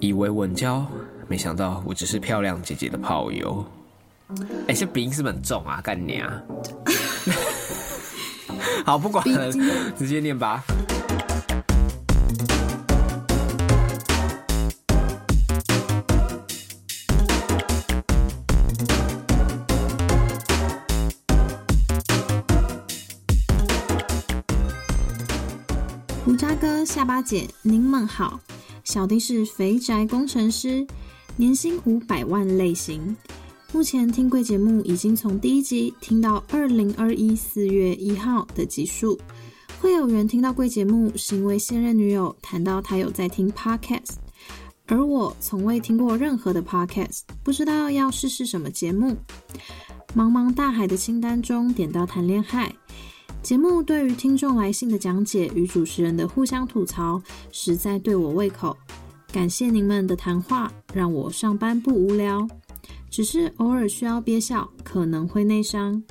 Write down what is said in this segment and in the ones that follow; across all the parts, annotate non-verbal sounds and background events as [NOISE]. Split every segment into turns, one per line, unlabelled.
以为稳交，没想到我只是漂亮姐姐的炮友。哎、这鼻音是不是很重啊？干你啊！ [LAUGHS] 好，不管了
鼻音，
直接念吧。
胡渣哥、下巴姐，您们好，小弟是肥宅工程师，年薪五百万类型。目前听贵节目已经从第一集听到二零二一四月一号的集数，会有人听到贵节目是因为现任女友谈到她有在听 podcast，而我从未听过任何的 podcast，不知道要试试什么节目。茫茫大海的清单中点到谈恋爱，节目对于听众来信的讲解与主持人的互相吐槽，实在对我胃口。感谢您们的谈话，让我上班不无聊，只是偶尔需要憋笑，可能会内伤。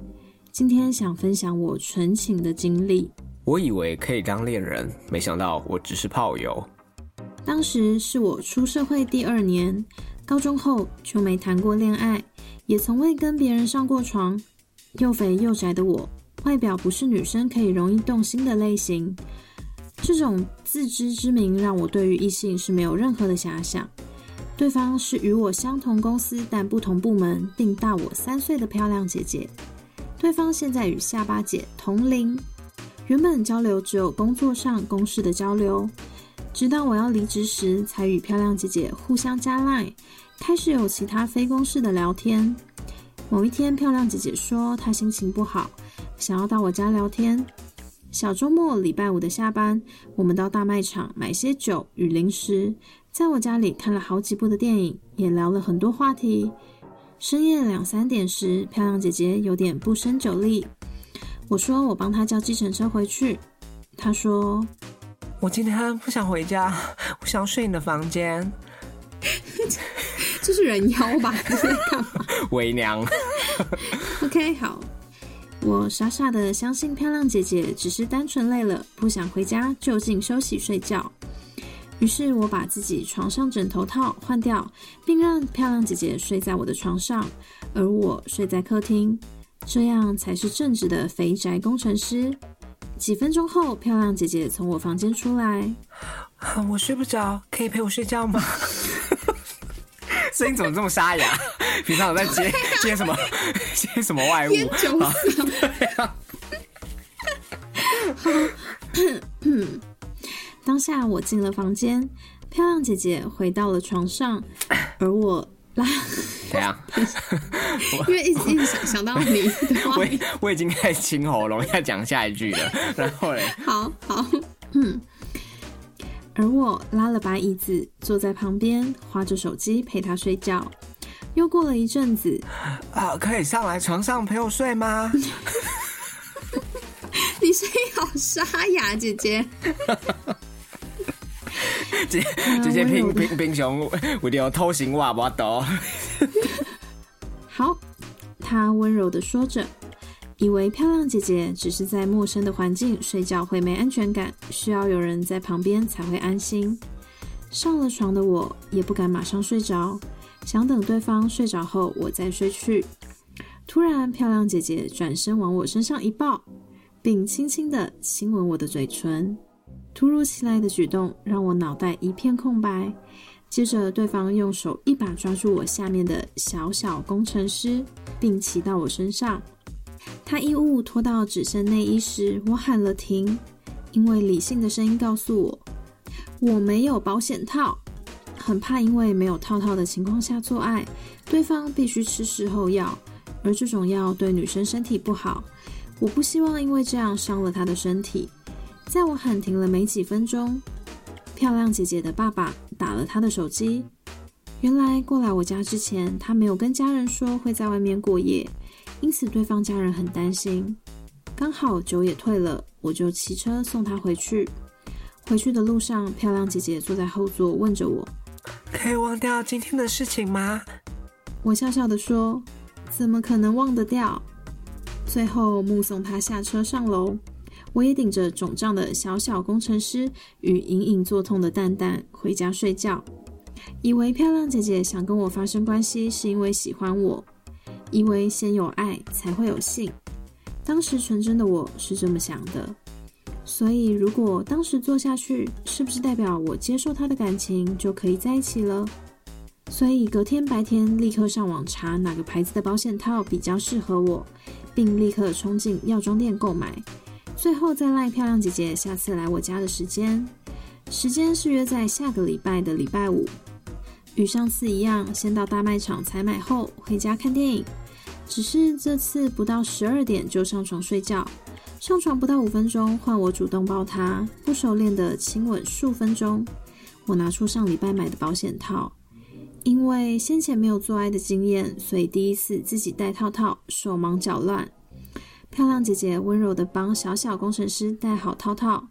今天想分享我纯情的经历，
我以为可以当恋人，没想到我只是炮友。
当时是我出社会第二年，高中后就没谈过恋爱，也从未跟别人上过床。又肥又宅的我，外表不是女生可以容易动心的类型。这种自知之明让我对于异性是没有任何的遐想。对方是与我相同公司但不同部门，并大我三岁的漂亮姐姐。对方现在与下巴姐同龄，原本交流只有工作上公事的交流，直到我要离职时，才与漂亮姐姐互相加 line，开始有其他非公式的聊天。某一天，漂亮姐姐说她心情不好，想要到我家聊天。小周末礼拜五的下班，我们到大卖场买些酒与零食，在我家里看了好几部的电影，也聊了很多话题。深夜两三点时，漂亮姐姐有点不胜酒力，我说我帮她叫计程车回去，她说
我今天不想回家， [LAUGHS] 我想睡你的房间。
[LAUGHS] 这是人妖 [LAUGHS] 吧？你在干嘛
为娘，
？OK，好。我傻傻的相信漂亮姐姐只是单纯累了，不想回家，就近休息睡觉。于是我把自己床上枕头套换掉，并让漂亮姐姐睡在我的床上，而我睡在客厅。这样才是正直的肥宅工程师。几分钟后，漂亮姐姐从我房间出来，
啊我睡不着，可以陪我睡觉吗？ [LAUGHS] 声音怎么这么沙哑？平常有在接接什么接什么外物？
酒死了。 [LAUGHS] 当下我进了房间，漂亮姐姐回到了床上，而我拉，
怎样？
因为一直一直想想到你的话
我已我已经在清喉咙要讲下一句了，然后嘞，
好好，嗯。而我拉了把椅子，坐在旁边，划着手机陪她睡觉。又过了一阵子，
啊，可以上来床上陪我睡 [LAUGHS] 吗？
你声音好沙哑，姐姐。
直 [LAUGHS] 直接拼拼拼熊，我有偷行哇我抖。
好，她温柔地说着，以为漂亮姐姐只是在陌生的环境睡觉会没安全感，需要有人在旁边才会安心。上了床的我也不敢马上睡着，想等对方睡着后我再睡去。突然，漂亮姐姐转身往我身上一抱，并轻轻地亲吻我的嘴唇。突如其来的举动让我脑袋一片空白。接着，对方用手一把抓住我下面的小小工程师，并骑到我身上。他衣物脱到只剩内衣时，我喊了停，因为理性的声音告诉我，我没有保险套，很怕因为没有套套的情况下做爱，对方必须吃事后药，而这种药对女生身体不好，我不希望因为这样伤了她的身体。在我喊停了没几分钟，漂亮姐姐的爸爸打了她的手机。原来过来我家之前，她没有跟家人说会在外面过夜，因此对方家人很担心。刚好酒也退了，我就骑车送她回去。回去的路上，漂亮姐姐坐在后座问着我，
可以忘掉今天的事情吗？
我笑笑地说：“怎么可能忘得掉？”最后目送她下车上楼，我也顶着肿胀的小小工程师与隐隐作痛的蛋蛋回家睡觉。以为漂亮姐姐想跟我发生关系是因为喜欢我，以为先有爱才会有性。当时纯真的我是这么想的，所以如果当时做下去，是不是代表我接受他的感情就可以在一起了？所以隔天白天立刻上网查哪个牌子的保险套比较适合我，并立刻冲进药妆店购买。最后再赖漂亮姐姐下次来我家的时间，时间是约在下个礼拜的礼拜五。与上次一样，先到大卖场采买后回家看电影，只是这次不到十二点就上床睡觉。上床不到五分钟，换我主动抱他，不熟练的亲吻数分钟。我拿出上礼拜买的保险套，因为先前没有做爱的经验，所以第一次自己戴套套，手忙脚乱。漂亮姐姐温柔的帮小小工程师戴好套套，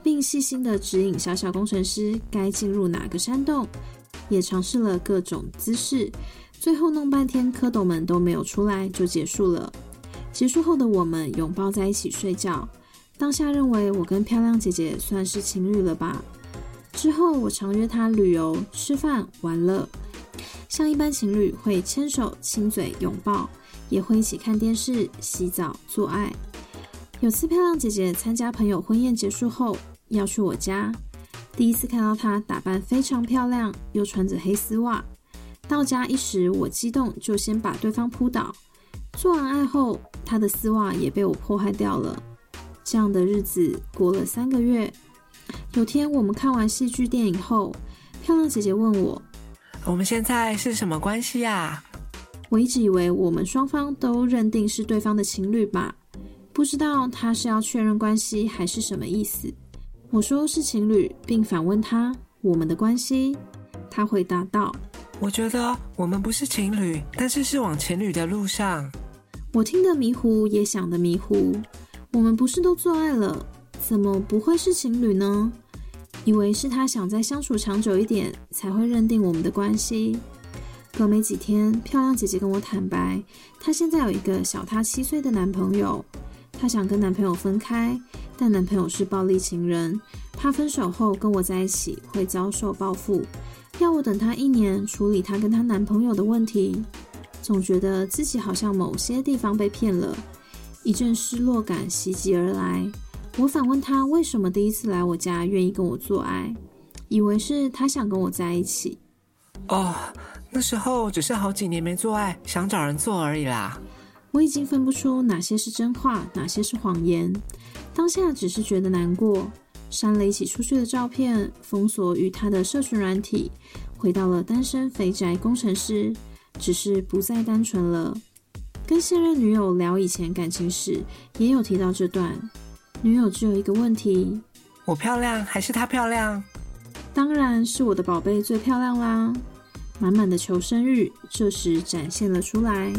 并细心的指引小小工程师该进入哪个山洞，也尝试了各种姿势，最后弄半天蝌蚪们都没有出来，就结束了。结束后的我们拥抱在一起睡觉，当下认为我跟漂亮姐姐算是情侣了吧。之后我常约她旅游、吃饭、玩乐，像一般情侣会牵手、亲嘴、拥抱，也会一起看电视、洗澡、做爱。有次漂亮姐姐参加朋友婚宴结束后要去我家，第一次看到她打扮非常漂亮，又穿着黑丝袜。到家一时我激动，就先把对方扑倒。做完爱后，她的丝袜也被我破坏掉了。这样的日子过了三个月。有天我们看完戏剧电影后，漂亮姐姐问我，
我们现在是什么关系呀、
我一直以为我们双方都认定是对方的情侣吧，不知道他是要确认关系还是什么意思。我说是情侣，并反问他我们的关系。他回答道
我觉得我们不是情侣，但是是往情侣的路上。：“
我听得迷糊，也想得迷糊。我们不是都做爱了，怎么不会是情侣呢？以为是他想再相处长久一点，才会认定我们的关系。”隔没几天，漂亮姐姐跟我坦白，她现在有一个小她七岁的男朋友，她想跟男朋友分开，但男朋友是暴力情人，怕分手后跟我在一起会遭受报复，要我等她一年处理她跟她男朋友的问题。总觉得自己好像某些地方被骗了，一阵失落感袭击而来。我反问她为什么第一次来我家愿意跟我做爱，以为是她想跟我在一起。
哦，那时候只是好几年没做爱，想找人做而已啦。
我已经分不出哪些是真话，哪些是谎言。当下只是觉得难过，删了一起出去的照片，封锁与他的社群软体，回到了单身肥宅工程师，只是不再单纯了。跟现任女友聊以前感情史，也有提到这段。女友只有一个问题，
我漂亮还是她漂亮？
当然是我的宝贝最漂亮啦！满满的求生欲这时展现了出来。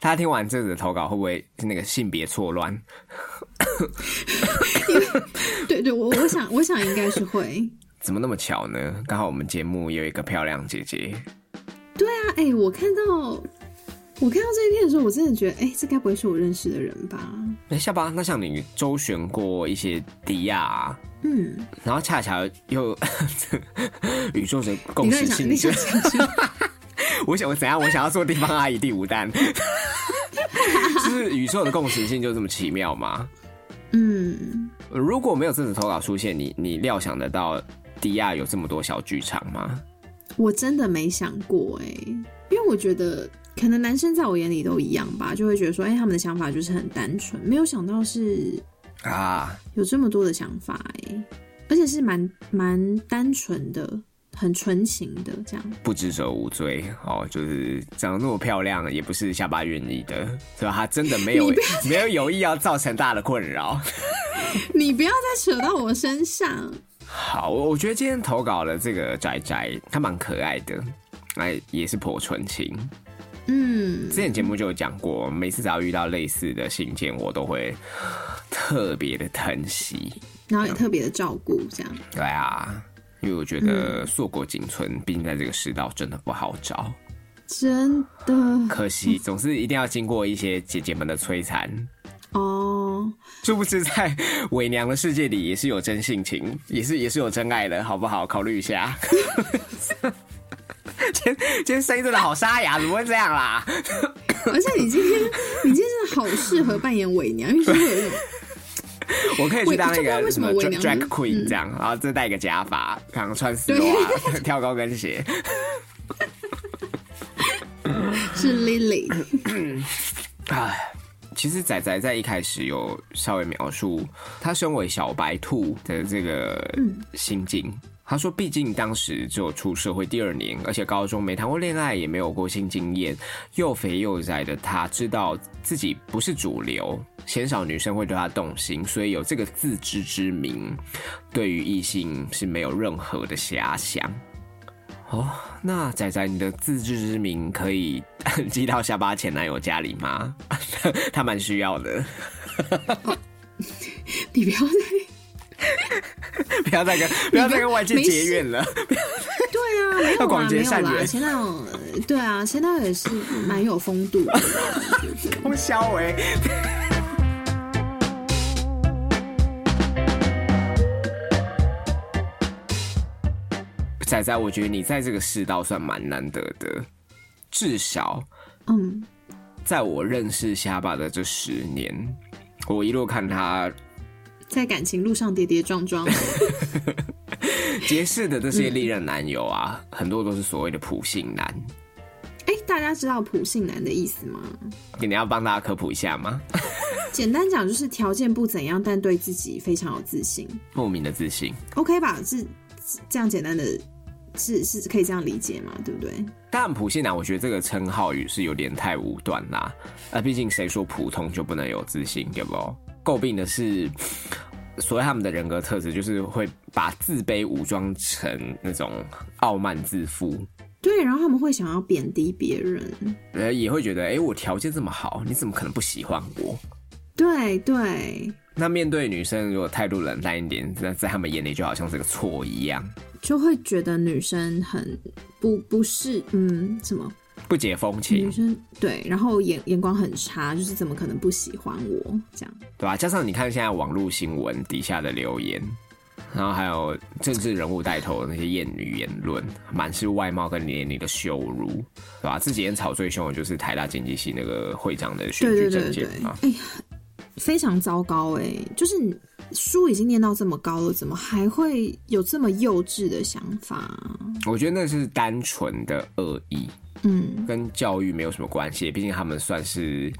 大家听完这个投稿，会不会那个性别错乱？
[LAUGHS] 对对，我我想我想应该是会。
怎么那么巧呢？刚好我们节目有一个漂亮姐姐，
对啊，哎、我看到我看到这一篇的时候，我真的觉得，哎、这该不会是我认识的人吧？
那下哎巴，那像你周旋过一些迪亚、啊
嗯，
然后恰巧又 [LAUGHS] 宇宙的
你
共
到底
识
想
性
你想
就，
讲什么？
我想我怎样，我想要做地方阿姨第五弹， [LAUGHS] 就是宇宙的共识性就这么奇妙嘛。
[LAUGHS] 嗯，
如果没有这次投稿出现，你你料想得到迪亚有这么多小剧场吗？
我真的没想过哎、因为我觉得可能男生在我眼里都一样吧，就会觉得说，哎、他们的想法就是很单纯，没有想到是
啊，
有这么多的想法哎、而且是蛮蛮单纯的，很纯情的这样。
不知者无罪哦，就是长得那么漂亮，也不是下巴愿意的，是吧？他真的没有 [LAUGHS] 没有有意要造成大家的困扰。
你不要再扯到我身上。
好，我觉得今天投稿的这个宅宅，他蛮可爱的，哎，也是颇纯情。
嗯
之，前节目就有讲过，每次只要遇到类似的信件，我都会特别的疼惜。
然后也特别的照顾这样。
对
嗯
啊，因为我觉得硕果仅存，毕竟在这个世道真的不好找。
真的
可
[LAUGHS]
惜总是一定要经过一些姐姐们的摧残。
哦。
殊不知在伪娘的世界里也是有真性情，也是也是有真爱的，好不好？考虑一下。 [LAUGHS] 今天今天声音真的好沙哑，怎么会这样啦？
而且你今天，你今天真的好适合扮演伪娘，因为就是会有一种
我可以去当那
我就不知道
个
为什
什么
么伪
drag
娘
drag
呢嗯
queen 这样，然后再戴一个假发，然后穿丝袜， [LAUGHS] 跳高跟鞋。
是
[LAUGHS]
Lily，
唉，其实仔仔在一开始有稍微描述他身为小白兔的这个心境。他说：“毕竟当时只有出社会第二年，而且高中没谈过恋爱，也没有过性经验，又肥又窄的他知道自己不是主流，鲜少女生会对他动心，所以有这个自知之明，对于异性是没有任何的遐想。”哦，那仔仔，你的自知之明可以 [LAUGHS] 寄到下巴前男友家里吗？ [LAUGHS] 他蛮需要的，
你不要再
不要再跟不要再跟外界
没事
结怨了。
对啊，没有
[LAUGHS] 要
啊，
广结
没有
善
啦，
缘
前男友对啊，前男友也是蛮有风度的。
通宵哎、 [LAUGHS] 仔仔，我觉得你在这个世道算蛮难得的，至少
嗯，
在我认识下巴的这十年，我一路看他
在感情路上跌跌
[LAUGHS]
撞撞，哎
结识的这些历任男友啊，很多都是所谓的普信男。
哎，大家知道普信男的意思吗？
你要帮大家科普一下吗？
简单讲就是条件不怎样，但对自己非常有自信。
莫名的自信，
OK 吧？是是这样简单的，是是可以这样理解嘛？对不对？
但普信男，我觉得这个称号也是有点太武断啦。呃，毕竟谁说普通就不能有自信，对不？诟病的是，所谓他们的人格特质，就是会把自卑武装成那种傲慢自负，
对，然后他们会想要贬低别人，
呃，也会觉得，哎、我条件这么好，你怎么可能不喜欢我？
对对，
那面对女生，如果态度冷淡一点，那在他们眼里就好像是个错一样，
就会觉得女生很不不是嗯什么
不解风情
女，生对，然后眼眼光很差，就是怎么可能不喜欢我这样？
对吧、加上你看现在网络新闻底下的留言，然后还有政治人物带头的那些艳女言论，满是外貌跟年龄的羞辱，对吧、这几天吵最凶的就是台大经济系那个会长的选举
对对
证
对
件
对
啊，，
哎、呀，非常糟糕哎、就是你书已经念到这么高了，怎么还会有这么幼稚的想法？
我觉得那是单纯的恶意，
嗯，
跟教育没有什么关系，毕竟他们算是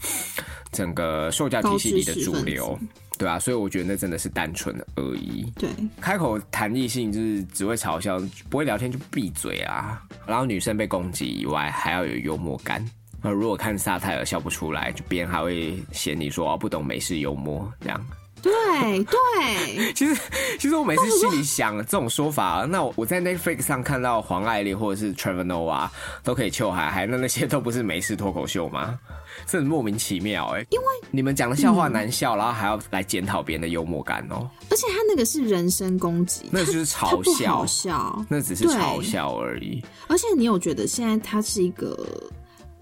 整个受教体系里的主
高知识
流
分，
对啊，所以我觉得那真的是单纯的恶意。
对，
开口谈异性就是只会嘲笑，不会聊天就闭嘴啊。然后女生被攻击以外，还要有幽默感。呃，如果看萨泰尔笑不出来，就别人还会嫌你说、哦、不懂美式幽默这样。
对
[LAUGHS]
对，
其实，其实我每次心里想这种说法，那我我在 Netflix 上看到黄爱丽或者是 Trevor Noah 都可以秀海海，那那些都不是美式脱口秀吗？真的莫名其妙哎、因为你们讲的笑话难笑，然后还要来检讨别人的幽默感哦、
而且他那个是人身攻击，
那就是
他
嘲
不
笑
好，笑，
那只是
对
嘲笑而已。
而且你有觉得现在它是一个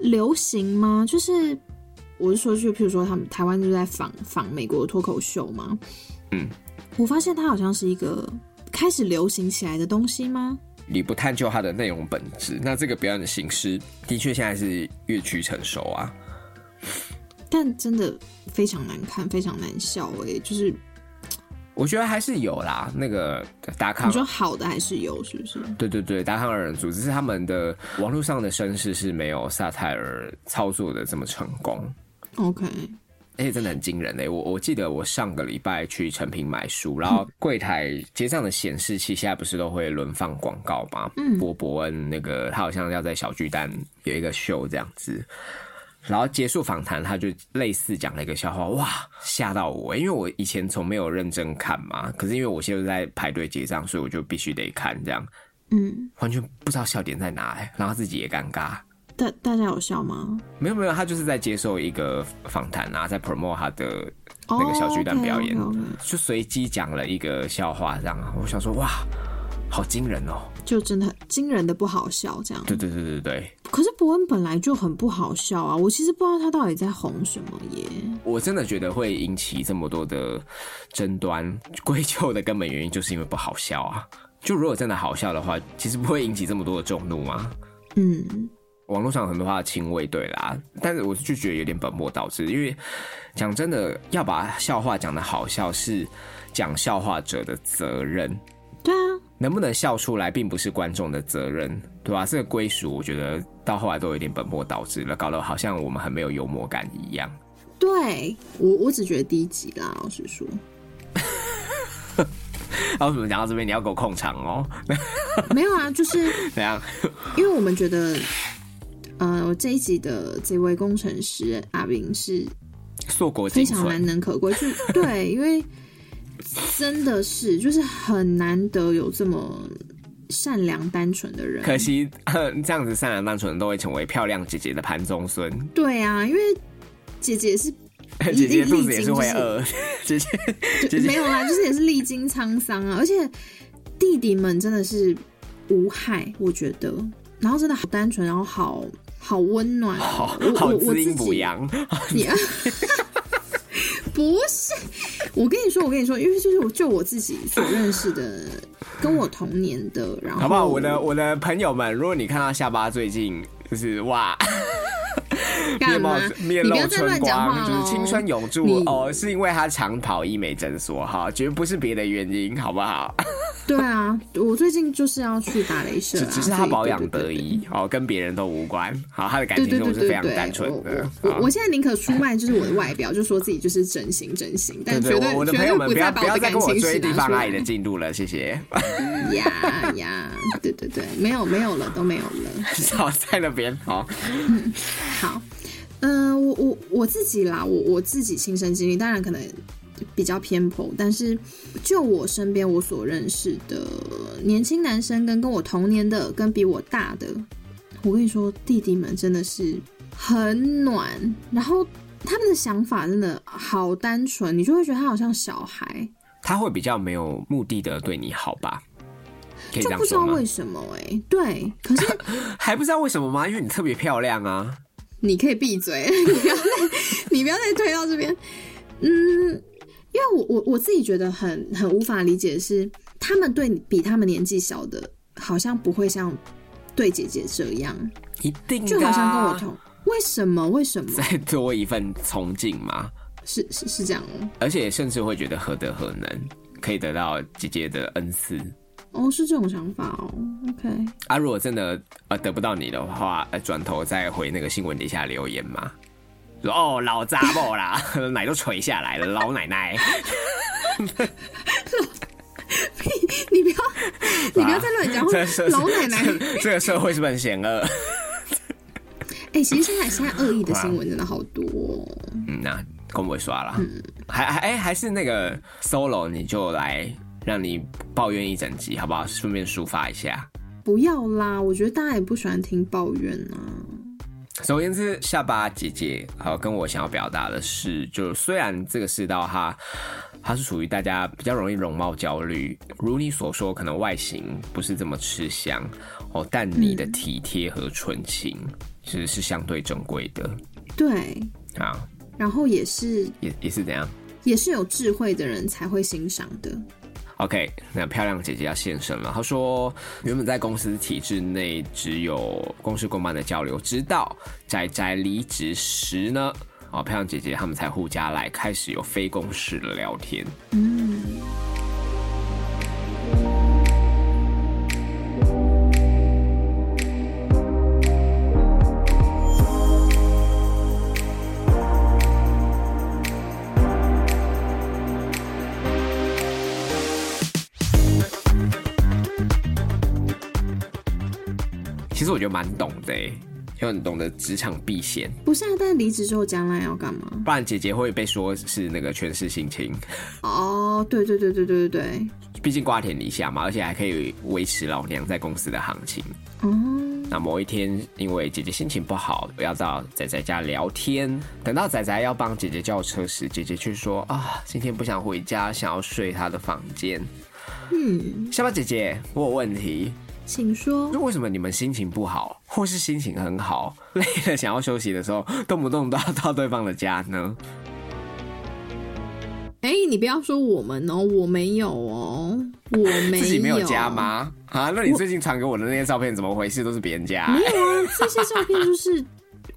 流行吗？就是我是说，就譬如说他们台湾就在仿仿美国的脱口秀嘛，
嗯，
我发现它好像是一个开始流行起来的东西吗？
你不探究它的内容本质，那这个表演的形式的确现在是越趋成熟啊。
但真的非常难看，非常难笑哎、就是
我觉得还是有啦，那个达
你
康，
说好的还是有，是不是？
对对对，达康二人组，只是他们的网络上的声势是没有萨泰尔操作的这么成功，而
OK，
哎且真的很惊人嘞、欸我我记得我上个礼拜去成品买书，然后柜台结账的显示器现在不是都会轮放广告吗？
嗯
博伯恩那个他好像要在小巨蛋有一个秀这样子。然后结束访谈，他就类似讲了一个笑话，哇，吓到我！因为我以前从没有认真看嘛，可是因为我现在在排队结账，所以我就必须得看，这样
嗯，
完全不知道笑点在哪、欸，然后自己也尴尬。
大大家有笑吗？
没有没有，他就是在接受一个访谈啊，在 promote 他的
哦
那个小巨蛋表演
o k o k
就随机讲了一个笑话，这样啊，我想说哇，好惊人哦！
就真的很惊人的不好笑，这样。
对对对对对，
可是伯恩本来就很不好笑啊，我其实不知道他到底在红什么耶。
我真的觉得会引起这么多的争端，归咎的根本原因就是因为不好笑啊。就如果真的好笑的话，其实不会引起这么多的众怒啊。
嗯，
网络上有很多他的亲卫队啦，但是我就觉得有点本末倒置，因为讲真的，要把笑话讲的好笑是讲笑话者的责任，
对啊，
能不能笑出来并不是观众的责任，对吧？这个归属，我觉得到后来都有点本末倒置了，搞得好像我们很没有幽默感一样。
对我我只觉得低级啦，老实说。
然后怎么讲到这边，你要给我控场哦？
没有啊，就是
怎样？
因为我们觉得，呃，我这一集的这位工程师阿明是
硕果
非
仅
常难
存，
能可贵，就对，因为真的是就是很难得有这么善良单纯的人。
可惜 [LAUGHS] 呵这样子善良单纯的都会成为漂亮姐姐的盘中孙，
对啊，因为姐姐是
姐姐
历
肚子也
经
是会
就是
饿， [LAUGHS] 姐姐姐姐
没有啦，就是也是历经沧桑啊，而且弟弟们真的是无害，我觉得，然后真的好单纯，然后好好温暖哦，
好
我
好
我我
滋阴
自己
补阳。
你
[LAUGHS]
啊，不是，我跟你说，我跟你说，因为就是我就我自己所认识的，跟我同年的，然后
好不好？我的我的朋友们，如果你看到下巴最近就是哇面
干
貌
嘛？
面
你不
露
要再
春
乱讲话
光，就
喽！
是青春永驻
你
哦，是因为他长跑医美诊所哈，绝不是别的原因，好不好？
对啊，我最近就是要去打镭射、
只
啊，
只是
所
他
以
保
对
养
对对
得
对
宜哦，跟别人都无关。好，他的感
对
情
对
生
对
活是
对
非
对
常单纯的。啊
我我
好
我现在宁可出卖就是我的外表，就说自己就是整形整形，但
对
绝
对，
对
我我的
绝
朋
对
友们不要
再把
不
我
要
的
再
感
跟我
情史
追地
拿
方
出
爱
来
的。进度了，谢 [LAUGHS] 谢。
呀呀，对对对，没有没有了，都没有了。
少在那边哦好，
好，嗯、我我我自己啦，我我自己亲身经历，当然可能比较偏颇，但是就我身边我所认识的年轻男生，跟跟我同年的，跟比我大的，我跟你说，弟弟们真的是很暖，然后他们的想法真的好单纯，你就会觉得他好像小孩，
他会比较没有目的的对你好吧？可以
就
这样
不知道
说吗
为？什么哎、对，可是
还不知道为什么吗？因为你特别漂亮啊。
你可以闭嘴， [LAUGHS] 你不要再，你不要再推到这边。嗯，因为我我我自己觉得很很无法理解的是，他们对比他们年纪小的，好像不会像对姐姐这样，
一定的
就
啊、
好像跟我同。为什么？为什么？
[LAUGHS] 再多一份崇敬嘛，
是是是这样哦，
而且甚至会觉得何德何能，可以得到姐姐的恩赐
哦是这种想法哦。OK，
啊！如果真的呃得不到你的话，呃转头再回那个新闻底下留言嘛，说哦老杂毛啦， [LAUGHS] 奶都垂下来了，老奶奶，
你不要
啊
你不要再
[LAUGHS]
乱讲话
这这，
哦老奶奶。
这这个社会是不是很险恶？
哎、其实现在现在恶意的新闻真的好多、哦。
嗯那、公不会刷啦，
嗯
还还哎、还是那个 solo，你就来让你抱怨一整集好不好？顺便抒发一下。
不要啦，我觉得大家也不喜欢听抱怨啊。
总而言之，下巴姐姐，好，跟我想要表达的是，就虽然这个世道它，它是属于大家比较容易容貌焦虑，如你所说，可能外形不是这么吃香哦，但你的体贴和纯情其实是相对珍贵的
对，
啊，
然后也是
也也是怎样
也是有智慧的人才会欣赏的。
？OK，那漂亮姐姐要现身了。她说，原本在公司体制内只有公事公办的交流，直到仔仔离职时呢，哦，漂亮姐姐他们才互加来开始有非公式的聊天。其实我觉得蛮懂的、欸，就很懂得职场避嫌，
不是啊，但离职之后将来要干嘛？
不然姐姐会被说是那个权势性侵，
哦，对对对对对对对，
毕竟瓜田李下嘛，而且还可以维持老娘在公司的行情。
哦，
那某一天，因为姐姐心情不好，要到仔仔家聊天。等到仔仔要帮姐姐叫车时，姐姐却说：“啊，今天不想回家，想要睡她的房间。”
嗯，
下巴姐姐，我有问题。
请说
那。为什么你们心情不好，或是心情很好、 [LAUGHS] 累了想要休息的时候，动不动都要到对方的家呢？
哎、你不要说我们哦，我没有哦，我 [LAUGHS] 没
[LAUGHS]
有。
自己没有家？吗？啊，那你最近传给我的那些照片怎么回事？都是别人家、
没有啊，这些照片就是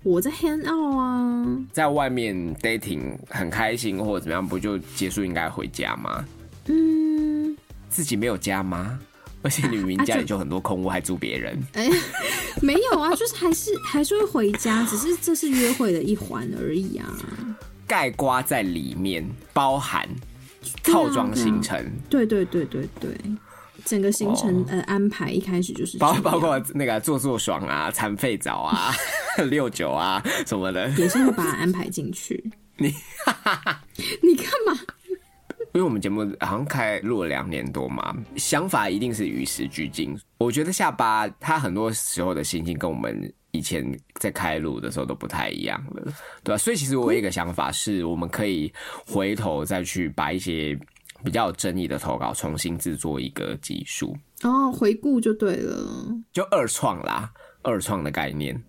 我在 hang out 啊。
在外面 dating 很开心或者怎么样，不就结束应该回家吗？
嗯，
自己没有家吗？而且你明明
啊
家里
就
就很多空屋，还租别人，
哎、没有啊，就是还是还是会回家，只是这是约会的一环而已啊。
盖瓜在里面，包含
对啊
套装行程，
对对对对对，整个行程、
哦
呃安排一开始就是
包
这样
包括那个做做爽啊、残废澡啊、 [LAUGHS] 六九啊什么的。
也是会把它安排进去。
你
[LAUGHS] 你干嘛？
因为我们节目好像开录了两年多嘛，想法一定是与时俱进。我觉得下巴他很多时候的心境跟我们以前在开录的时候都不太一样了，对吧、所以其实我有一个想法是，我们可以回头再去把一些比较有争议的投稿重新制作一个集数，
哦，回顾就对了，
就二创啦，二创的概念，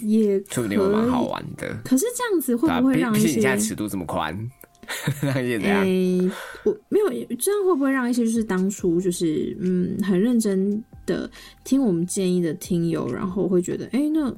也可
说不
以
定会蛮好。玩的。
可是这样子会
对吧
不会
毕
让一
毕竟
些
你现在尺度这么宽， [LAUGHS] 让一些怎
哎、
样？
我没有这样会不会让一些就是当初就是嗯很认真的听我们建议的听友，然后会觉得哎、那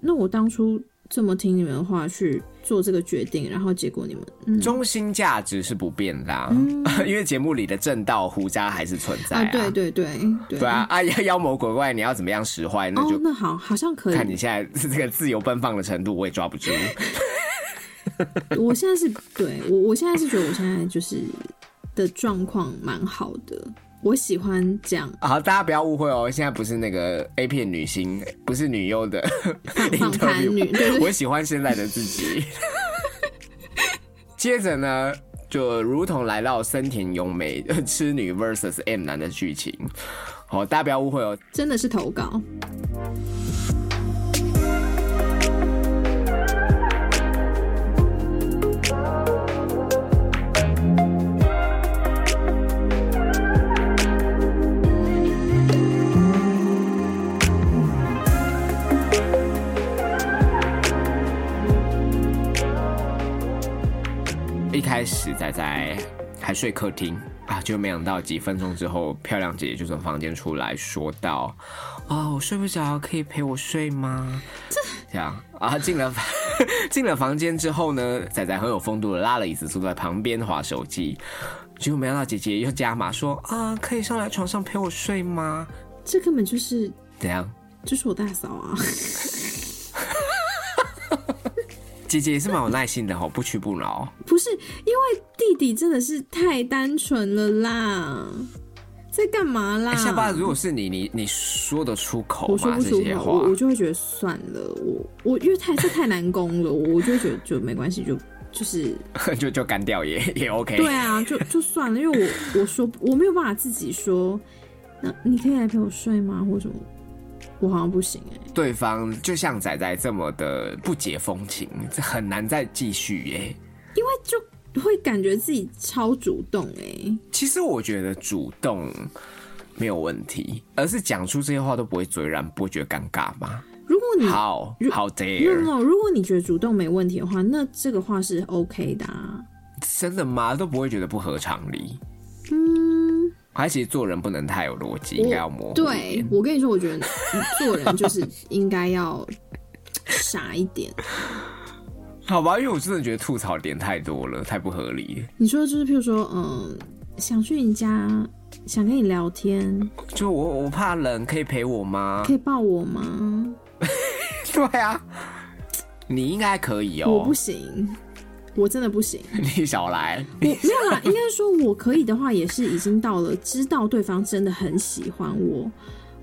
那我当初这么听你们的话去做这个决定，然后结果你们嗯
中心价值是不变的、啊， [LAUGHS] 因为节目里的正道胡渣还是存在
啊
啊。
对对对对
对啊，啊妖妖魔鬼怪，你要怎么样使坏，那
哦
就
那好好像可
看你
以，
现在这个自由奔放的程度，我也抓不
[LAUGHS]
住。 [LAUGHS]
我现在是对我我现在是觉得我现在就是的状况蛮好的，我喜欢这样
好，大家不要误会哦，现在不是那个 A 片女星，不是女优
[LAUGHS]
的
放开女
interview，
对对
我喜欢现在的自
[LAUGHS]
己。接着呢，就如同来到森田勇美 [LAUGHS] 痴女 versus M 男的剧情。好，大家不要误会哦，
真的是投稿。
一开始仔仔还睡客厅啊，就没想到几分钟之后，漂亮姐姐就从房间出来说道：“哦，我睡不着，可以陪我睡吗？”这样啊，进了房进了房间之后呢，仔仔很有风度的拉了椅子坐在旁边划手机，结果没想到姐姐又加码说：“啊，可以上来床上陪我睡吗
这根本就是？”
怎样？
就是我大嫂啊， [LAUGHS]
姐姐也是蛮有耐心的哦，不屈不挠。
不是因为弟弟真的是太单纯了啦，在干嘛啦？
哎、下巴，如果是你，你你说得出口
我说
吗？
不
这
出
些
口，
话，
我我就会觉得算了，我我因为太这太难攻了，我我就会觉得就没关系，就就是
就就干掉也也 OK。
对啊，就就算了，因为我我说我没有办法自己说，那你可以来陪我睡吗？或者什么我好像不行哎、
对方就像仔仔这么的不解风情，这很难再继续耶、
因为就会感觉自己超主动哎、
其实我觉得主动没有问题，而是讲出这些话都不会嘴软，不会觉得尴尬吗
嗯如果你
？How how
没有
dare？
没有，如果你觉得主动没问题的话，那这个话是 OK 的、啊。
真的吗？都不会觉得不合常理。
嗯，
还其实做人不能太有逻辑，应该要模糊。
对，我跟你说，我觉得你做人就是应该要傻一点。
好吧，因为我真的觉得吐槽点太多了，太不合理了。
你说就是，譬如说，嗯，想去你家，想跟你聊天，
就我我怕冷，可以陪我
[LAUGHS]
吗
可？以抱我吗？
对啊，你应该可以
我
哦
不。行，我真的不行。
[LAUGHS] 你少来，
我没有啦，应该说我可以的话，也是已经到了知道对方真的很喜欢我，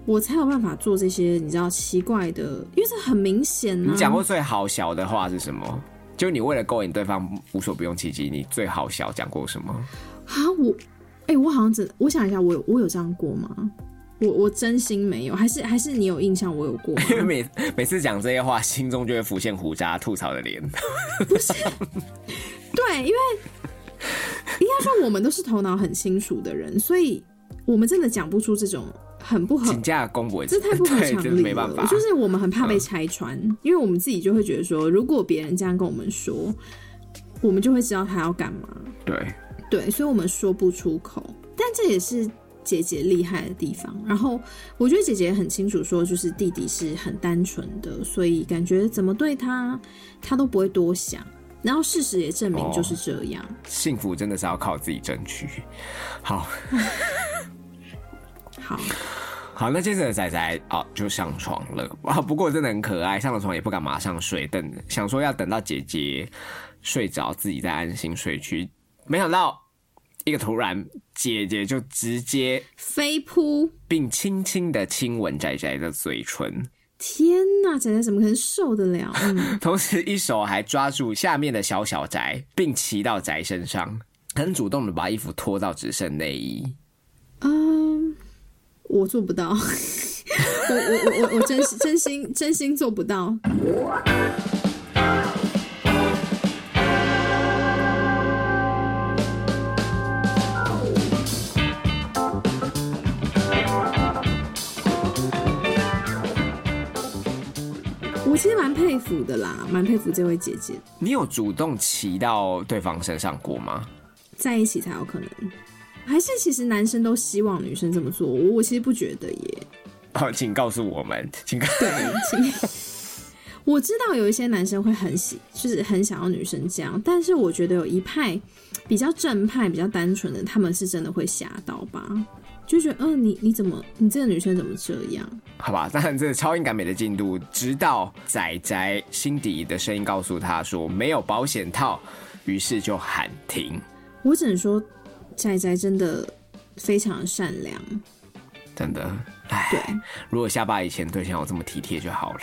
我才有办法做这些你知道奇怪的，因为这很明显啊呢、
你讲过最好笑的话是什么？就你为了勾引对方无所不用其极，你最好笑讲过什么？ [LAUGHS]
啊，我，哎、我好像真，我想一下，我有我有这样过吗？我我真心没有，还是还是你有印象我有
[LAUGHS]
过吗？
因为每每次讲这些话，心中就会浮现胡渣吐槽的
[LAUGHS]
脸。
对，因为应该说我们都是头脑很清楚的人，所以我们真的讲不出这种很不合
请假公不会，
这太不合
[LAUGHS] 对
常
这
理
没
了
办法，嗯
就是我们很怕被拆穿，因为我们自己就会觉得说，如果别人这样跟我们说，我们就会知道他要干嘛。
对，
对，所以我们说不出口，但这也是姐姐厉害的地方。然后我觉得姐姐很清楚说，就是弟弟是很单纯的，所以感觉怎么对他，他都不会多想。然后事实也证明
哦
就是这样。
幸福真的是要靠自己争取。好
好，
好，那接着仔仔哦就上床了啊，不过真的很可爱，上了床也不敢马上睡，等想说要等到姐姐睡着自己再安心睡去，没想到一个突然，姐姐就直接
飞扑，
并轻轻的亲吻仔仔的嘴唇， [LAUGHS]
天呐，仔仔怎么可能受得了？嗯，
同时一手还抓住下面的小小宅，并骑到宅身上，很主动的把衣服脱到只剩内衣。
嗯我做不到，我我我我我真心真心真心做不到。我其实蛮佩服的啦，蛮佩服这位姐姐，
你有主动骑到对方身上过吗？ [LAUGHS]
在一起才有可能。还是其实男生都希望女生这么做，我我其实不觉得耶。
哦，请告诉我们，请告
对，请 [LAUGHS] 我知道有一些男生会很喜，就是很想要女生这样，但是我觉得有一派比较正派、比较单纯的，他们是真的会吓到吧，就觉得，嗯、你你怎么，你这个女生怎么这样？
[LAUGHS] 好吧。当然，这是超音感美的进度，直到仔仔心底的声音告诉他说没有保险套，于是就喊停。
我只能说，仔仔真的非常的善良，
真的，唉
对，
如果下巴以前对象有这么体贴就好了。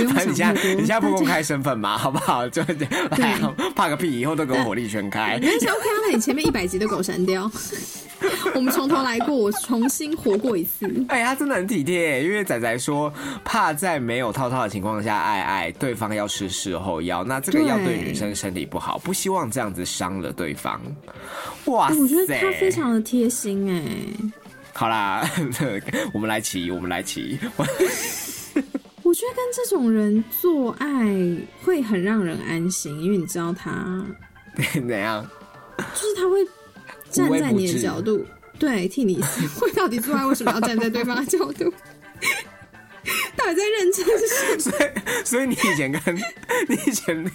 [LAUGHS]
用
反正
想
你现
太
在
多。
你现在不
大
公
家
开身份嘛， [LAUGHS] 好不好？就就哎呀怕个屁，以后都给我火力全开
没。关系 OK 啊，那你前面一百集都给我删掉， [LAUGHS] 我们从头来过，我重新活过一次。
[LAUGHS] 哎、他真的很体贴，因为仔仔说怕在没有套套的情况下爱爱，对方要吃事后药，那这个药对
对
女生身体不好，不希望这样子伤了对方。哇
哎
塞，
我觉得他非常的贴心哎、
[LAUGHS] 好啦，我们来骑，我们来骑。我
我觉得跟这种人做爱会很让人安心，因为你知道他，
怎样？
就是他会站
无微
在你
不
的
至
角度，对，替你思会到底做爱为什么要站在对方的角
[LAUGHS]
度？到底在认真是什
[LAUGHS]
么？
所以你以前跟 [LAUGHS] 你以前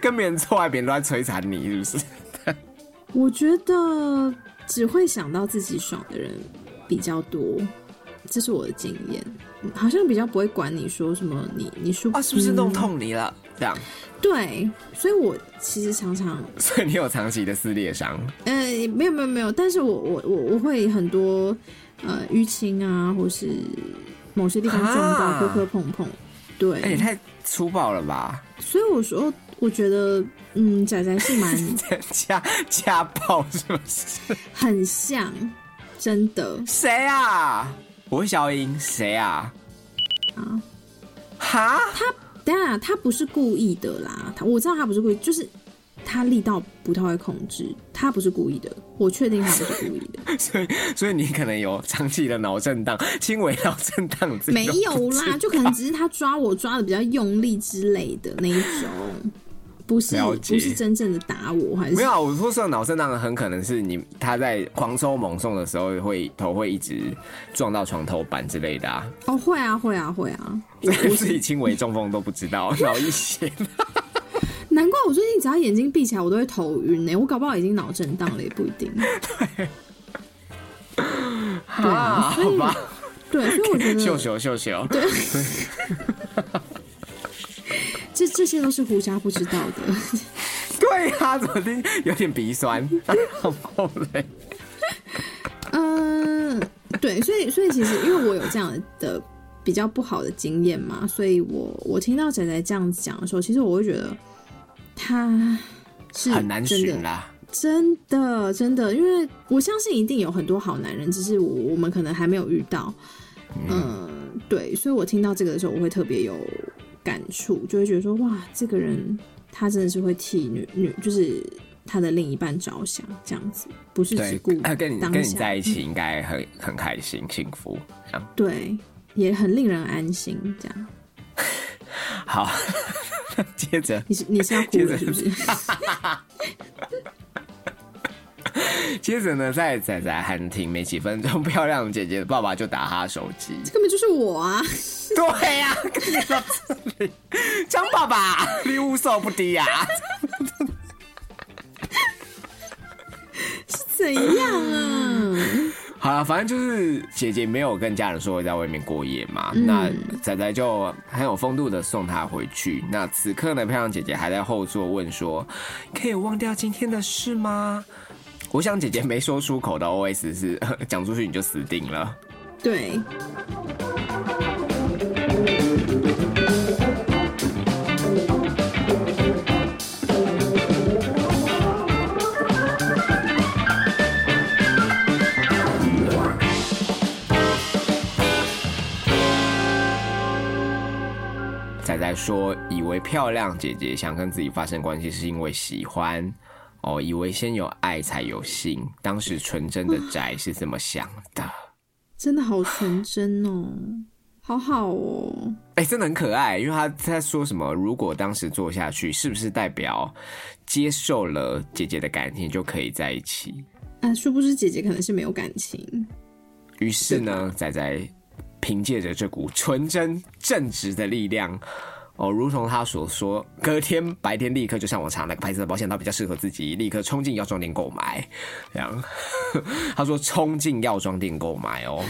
跟别人做爱，别人都在摧残你，是不是？
嗯我觉得只会想到自己爽的人比较多，这是我的经验，嗯好像比较不会管你说什么你你舒
啊，是不是弄
嗯
痛你了？这样，
对，所以我其实常常
所以你有长期的撕裂伤。
呃，没有没有没有，但是我我我我会很多呃淤青啊，或是某些地方撞
啊
到磕磕碰碰，对，
哎、也太粗暴了吧！ [LAUGHS]
所以我说我觉得嗯，仔仔是蛮
家家暴是不是？
很像，真
[LAUGHS]
的
谁啊？我是小英，谁啊？
啊，
哈？ [LAUGHS]
当然啊他不是故意的啦，他我知道他不是故意，就是他力道不太会控制，他不是故意的，我确定他不是故意的，
所以所以你可能有长期的脑震荡，轻微脑震荡，你自己
没
都
有
不知
啦，就可能只是他抓我抓的比较用力之类的那一种，不是
了
不
解
是真正的打我，还是
没有啊，我说是脑震荡，很可能是你他在狂抽猛送的时候会头会一直撞到床头板之类的啊，
哦，会啊会啊会
[LAUGHS]
啊，
自己轻微中风都不知
[LAUGHS]
道，脑溢血。
难怪我最近只要眼睛闭起来，我都会头晕欸呢、我搞不好已经脑震荡了，也不一定。对啊，所
[LAUGHS] 好
以
吧，
对，所以我
[LAUGHS]
觉
秀
得
秀秀秀，
这这些都是胡莎不知道的。
[LAUGHS] 对啊，怎么听有点鼻酸，
[LAUGHS]
好后嘞，
嗯，对，所以所以其实因为我有这样的比较不好的经验嘛，所以我我听到仔仔这样子讲的时候，其实我会觉得他是
很难
真
寻
的
啦。
真的真的，因为我相信一定有很多好男人，只是我我们可能还没有遇到。嗯、对，所以我听到这个的时候，我会特别有感触，就会觉得说，哇，这个人他真的是会替女女，就是他的另一半着想，这样子不是
对
只顾，
呃跟你
当
跟你
下
在一起应该很很开心、幸福。这样
对，也很令人安心。这样，
好， [LAUGHS] 接着
你是你是要哭
[LAUGHS] 接
了
着
是不是？
接着呢，在仔仔喊停没几分钟，漂亮姐姐的爸爸就打他手机。
根本就是我啊！ [LAUGHS]
对呀、跟你到这里，张爸爸，你无所不敌呀、啊
怎样啊？
好了，反正就是姐姐没有跟家人说会在外面过夜嘛，那仔仔就很有风度的送她回去。那此刻呢，漂亮姐姐还在后座问说：“可以忘掉今天的事吗？”我想姐姐没说出口的 OS 是 [LAUGHS] 讲出去你就死定了。
对，
仔仔说，以为漂亮姐姐想跟自己发生关系是因为喜欢，哦，以为先有爱才有性，当时纯真的宅是这么想的。
真的好纯真哦，好好哦。
哎、真的很可爱，因为他在说什么，如果当时做下去，是不是代表接受了姐姐的感情就可以在一起？
啊，殊不知姐姐可能是没有感情，嗯
于是呢，仔仔凭借着这股纯真正直的力量，哦，如同他所说，隔天白天立刻就上网查哪个牌子的保险套比较适合自己，立刻冲进药妆店购买。这样， [LAUGHS] 他说冲进药妆店购买哦。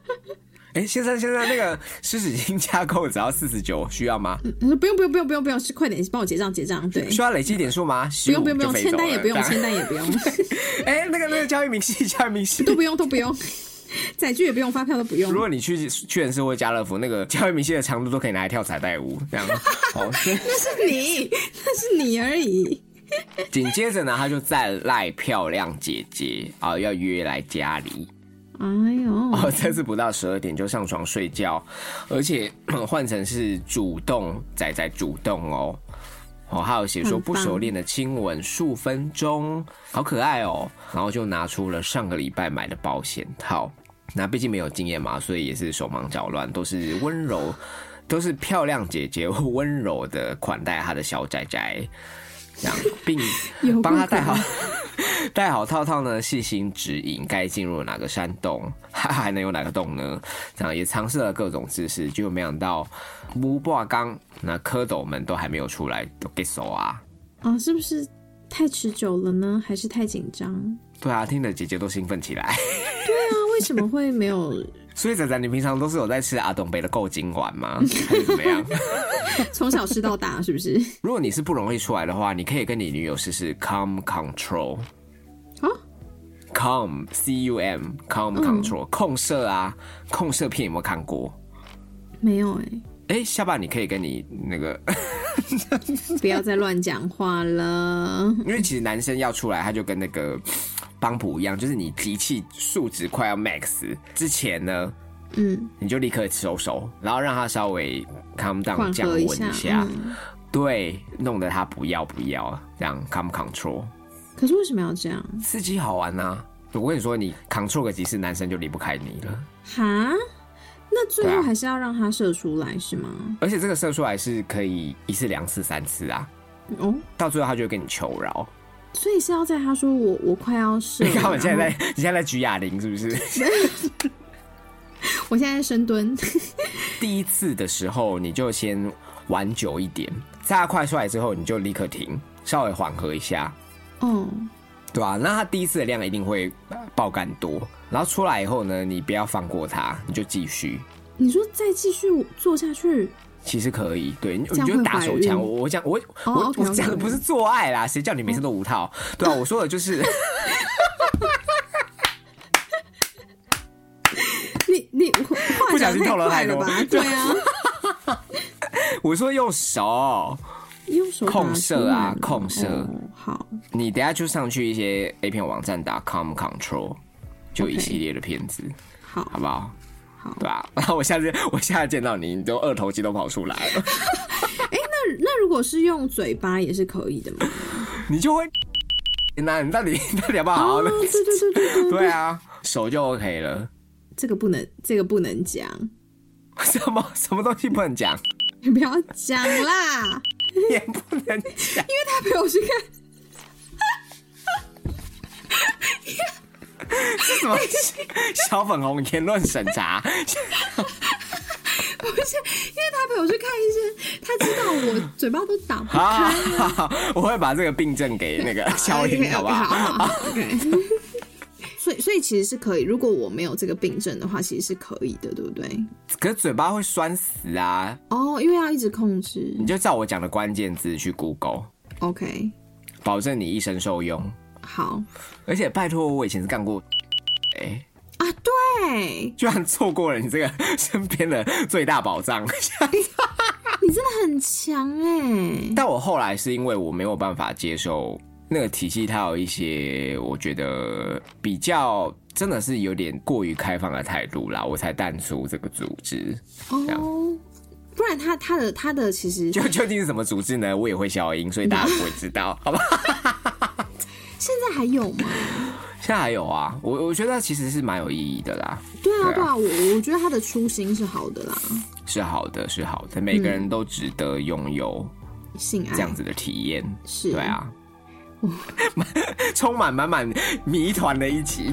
[LAUGHS] 哎、先生，先生，那个湿纸巾加购只要四十九，需要吗？
她说不用不用不用不用不用，是快点帮我结账结账，对，
需要累积点数吗？不
不用不用不用，签单也不用，签单也不用，
[LAUGHS] 哎、那个那个交易明细， [LAUGHS] 交易明细
都。不用都不用，载具也不用，发票都不用
如。果你去屈臣氏或家乐福，那个交易明细的长度都可以拿来跳彩带舞，
[LAUGHS]
这样。好，
[LAUGHS] 那是你，那是你而已。
紧接着呢，他就再赖漂亮姐姐啊、要约来家里。
哎呦，
哦，这次不到十二点就上床睡觉，而且 [CLEARS THROAT] 换成是主动，仔仔主动哦。哦，还有写说
很
不
棒
熟练的亲吻数分钟，好可爱哦。然后就拿出了上个礼拜买的保险套，那毕竟没有经验嘛，所以也是手忙脚乱，都是温柔，都是漂亮姐姐温柔的款待她的小仔仔，这样，并
[LAUGHS] 有
帮
够
他戴好 [LAUGHS]
可爱
戴好套套呢，细心指引该进入哪个山洞，还还能有哪个洞呢？ [LAUGHS] 这样也尝试了各种姿势，结果没想到木挂刚那蝌蚪们都还没有出来，都给手啊！
啊，是不是太持久了呢？还是太紧张？
对啊，听得姐姐都兴奋起来。
对啊，为什么会没有？
所以仔仔，你平常都是有在吃阿董杯的够精丸吗？还是怎么样？ [LAUGHS]
从小吃到大，是不是？ [LAUGHS]
如果你是不容易出来的话，你可以跟你女友试试 com control。
啊
com c u m
嗯
com control、控射啊，控射片有没有看过？
没有哎、
哎、下巴你可以跟你那个， [LAUGHS]
不要再乱讲话了。
因为其实男生要出来，他就跟那个邦普一样，就是你脾气数值快要 max 之前呢，
嗯，
你就立刻收手，然后让他稍微 calm
缓
down 降
和
温一
一下。
下
嗯，
对，弄得他不要不要，这样 calm control
可是为什么要这样？
刺激好玩呐、啊我跟你说，你 control 个几次，男生就离不开你了。
哈？那最
对
后
啊
还是要让他射出来是吗？
而且这个射出来是可以一次、两次、三次啊，
哦，
到最后他就会跟你求饶。
所以是要在他说我我快要射了，
你看我现在
然后
在，你 [LAUGHS] 现在在举哑铃是不是？
我现在在深蹲，
第一次的时候，你就先玩久一点，在他快出来之后，你就立刻停，稍微缓和一下，
哦，
对吧、那他第一次的量一定会爆干多，然后出来以后呢，你不要放过他，你就继续。
你说再继续做下去，
其实可以，对，你
这
你
样
就
会
打
怀
手
孕
枪。我我讲我
哦
我我
OK，OK，OK
讲的不是做爱啦，谁叫你每次都无套？对啊，我说的
[LAUGHS]
就是，
你你
[LAUGHS]
话
不小
讲
心
太
透露
快
太
了
多 [LAUGHS]
吧？对啊，
我说用手。
用手打
控射啊
出来了
控射
哦好，
你等下就上去一些 A 片网站打 com control，就一
OK
系列的片子好
好，
不好？
好
对吧、然后我下次 [LAUGHS] 我下次见到你，你都二头肌都跑出来 [LAUGHS] 了，
那那如果是用嘴巴也是可以的吗？
你就会那你到底到底要不要好好
哦，
的？
对对对
[LAUGHS]
对对，
对啊，手就 OK 了。 [LAUGHS]
这个不能，这个不能讲， [LAUGHS]
什么什么东西不能 [LAUGHS] 讲，
你不要讲啦， [LAUGHS]
也不能讲。
他陪我去看。
什么小粉红言论审 [LAUGHS] 查？
不是，因为他陪我去看医生，他知道我嘴巴都打不开。
好好好，我会把这个病症给那 [LAUGHS] 个小林，好不好？
好好，OK。所以，所以其实是可以。如果我没有这个病症的话，其实是可以的，对不对？
可是嘴巴会酸死啊！
哦，因为要一直控制。
你就照我讲的关键字去 Google，
OK，
保证你一生受用。
好
而且拜托，我以前是干过， [LAUGHS] 哎、
啊，对
居然错过了你这个身边的最大宝藏。 [LAUGHS]
你真的很强哎、
但我后来是因为我没有办法接受那个体系，它有一些我觉得比较真的是有点过于开放的态度啦，我才淡出这个组织。 [LAUGHS]
哦，不然他他的他的其实
就究竟是什么组织呢？我也会消音，所以大家不会知道， [LAUGHS] 好吧？
现在还有吗？
现在还有啊，我我觉得其实是蛮有意义的啦，
对啊，
对啊
对啊，我我觉得他的初心是好的啦，
是好的，是好的，每个人都值得拥有
性爱
这样子的体验，
是
对啊。 [LAUGHS] 充满满满谜团的一集，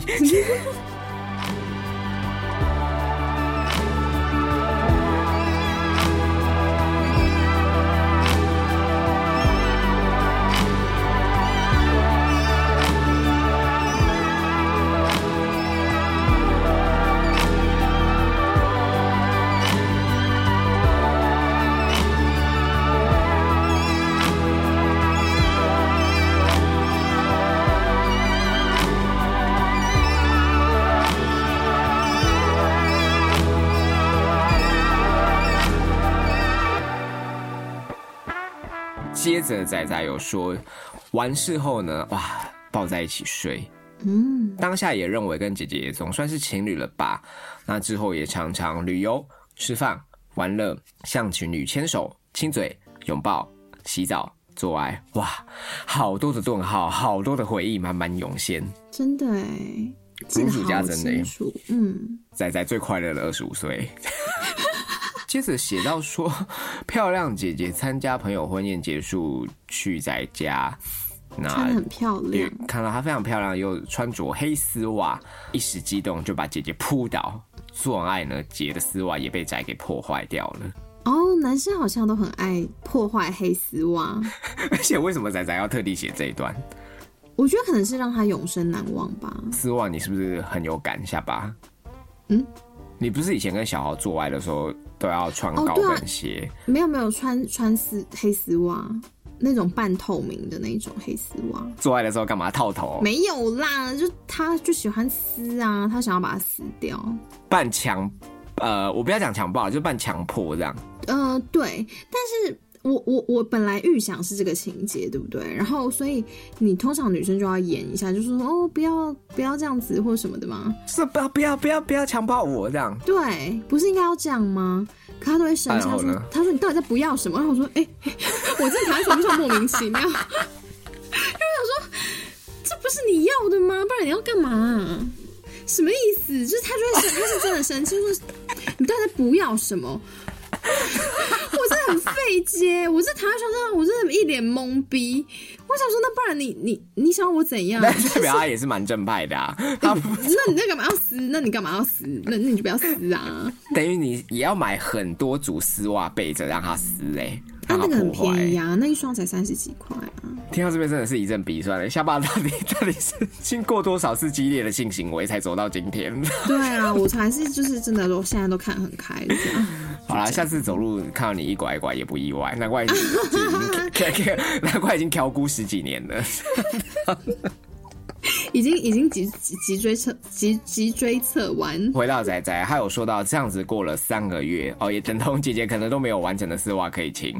接着仔仔有说，完事后呢，哇，抱在一起睡，
嗯，
当下也认为跟姐姐总算是情侣了吧。那之后也常常旅游、吃饭、玩乐，向情侣牵手、亲嘴、拥抱、洗澡、做爱，哇，好多的顿号，好多的回忆慢慢涌现。
真的哎、记得
如数家
好
珍嘞
清楚，嗯，
仔仔最快乐的二十五岁。 [LAUGHS] 接着写到说，漂亮姐姐参加朋友婚宴结束去仔家，
穿
那
的很漂亮，
看到她非常漂亮，又穿着黑丝袜，一时激动就把姐姐扑倒。做完爱呢，姐的丝袜也被宅给破坏掉了。 [LAUGHS]
哦，男生好像都很爱破坏黑丝袜，
而且为什么仔仔要特地写这一段？
我觉得可能是让他永生难忘吧。
丝袜你是不是很有感？下巴？
嗯，
你不是以前跟小豪做爱的时候都要穿
哦
高
对啊
跟鞋？
没有没有，穿穿丝黑丝袜，那种半透明的那种黑丝袜，
做爱的时候干嘛套头？
没有啦，就他就喜欢撕啊，他想要把它撕掉。
半强，呃，我不要讲强暴，就半强迫这样。
呃，对，但是我我我本来预想是这个情节，对不对？然后所以你通常女生就要演一下，就说哦，不要不要这样子或什么的嘛。
是不要不要不要不要强暴我这样。 [LAUGHS]
对，不是应该要这样吗？可他都会生气，
然
他
后
说
呢
他说你到底在不要什么？然后我说哎、嘿 [LAUGHS] 我正躺在床上莫名其妙，因为我 [LAUGHS] 想说这不是你要的吗？不然你要干嘛、什么意思？就是他就会生，他是真的生气，说你到底在不要什么？ [LAUGHS] 我真的很费接，我是躺在床上，我真的一脸懵逼。我想说，那不然你你你想要我
[LAUGHS]
怎样？
但代表他也是蛮正派的啊，他不
那你那干嘛要撕？那你干嘛要撕？那那你就不要撕啊！
等于你也要买很多组丝袜备着让他撕哎、
它
让
那个很
破坏欸
便宜啊，那一双才三十几块啊。
[LAUGHS] 听到这边真的是一阵鼻酸了，欸下巴到底到底是经过多少次激烈的性行为才走到今天？ [LAUGHS]
对啊，我才是就是真的，我现在都看很开啊的。
好啦，下次走路看到你一拐一拐也不意外，难怪已经已
[LAUGHS]
经 [LAUGHS] 难怪已经调估十几年了。
已经已经脊脊脊椎侧脊脊椎侧弯，
回到仔仔，他有说到这样子过了三个月哦，也等同姐姐可能都没有完整的丝袜可以亲。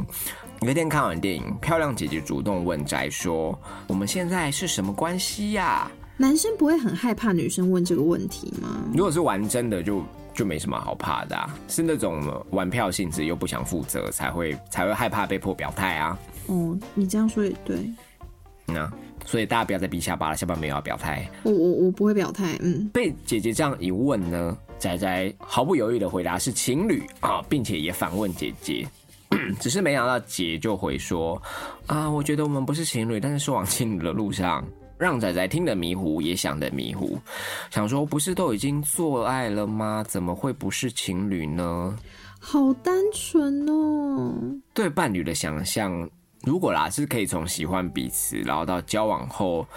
有一天看完电影，漂亮姐姐主动问宅说：“我们现在是什么关系呀、
男生不会很害怕女生问这个问题吗？
如果是玩真的就，就没什么好怕的、啊，是那种玩票性质又不想负责，才会才会害怕被迫表态啊。
哦，你这样说也对。
那、所以大家不要再逼下巴了，下巴没有要表态。
我我我不会表态，嗯，
被姐姐这样一问呢，仔仔毫不犹豫的回答是情侣啊，并且也反问姐姐。 [CLEARS THROAT] 只是没想到姐就回说啊，我觉得我们不是情侣，但是是往情侣的路上。让仔仔听得迷糊，也想得迷糊，想说不是都已经做爱了吗？怎么会不是情侣呢？
好单纯哦。
对伴侣的想象，如果啦是可以从喜欢彼此，然后到交往后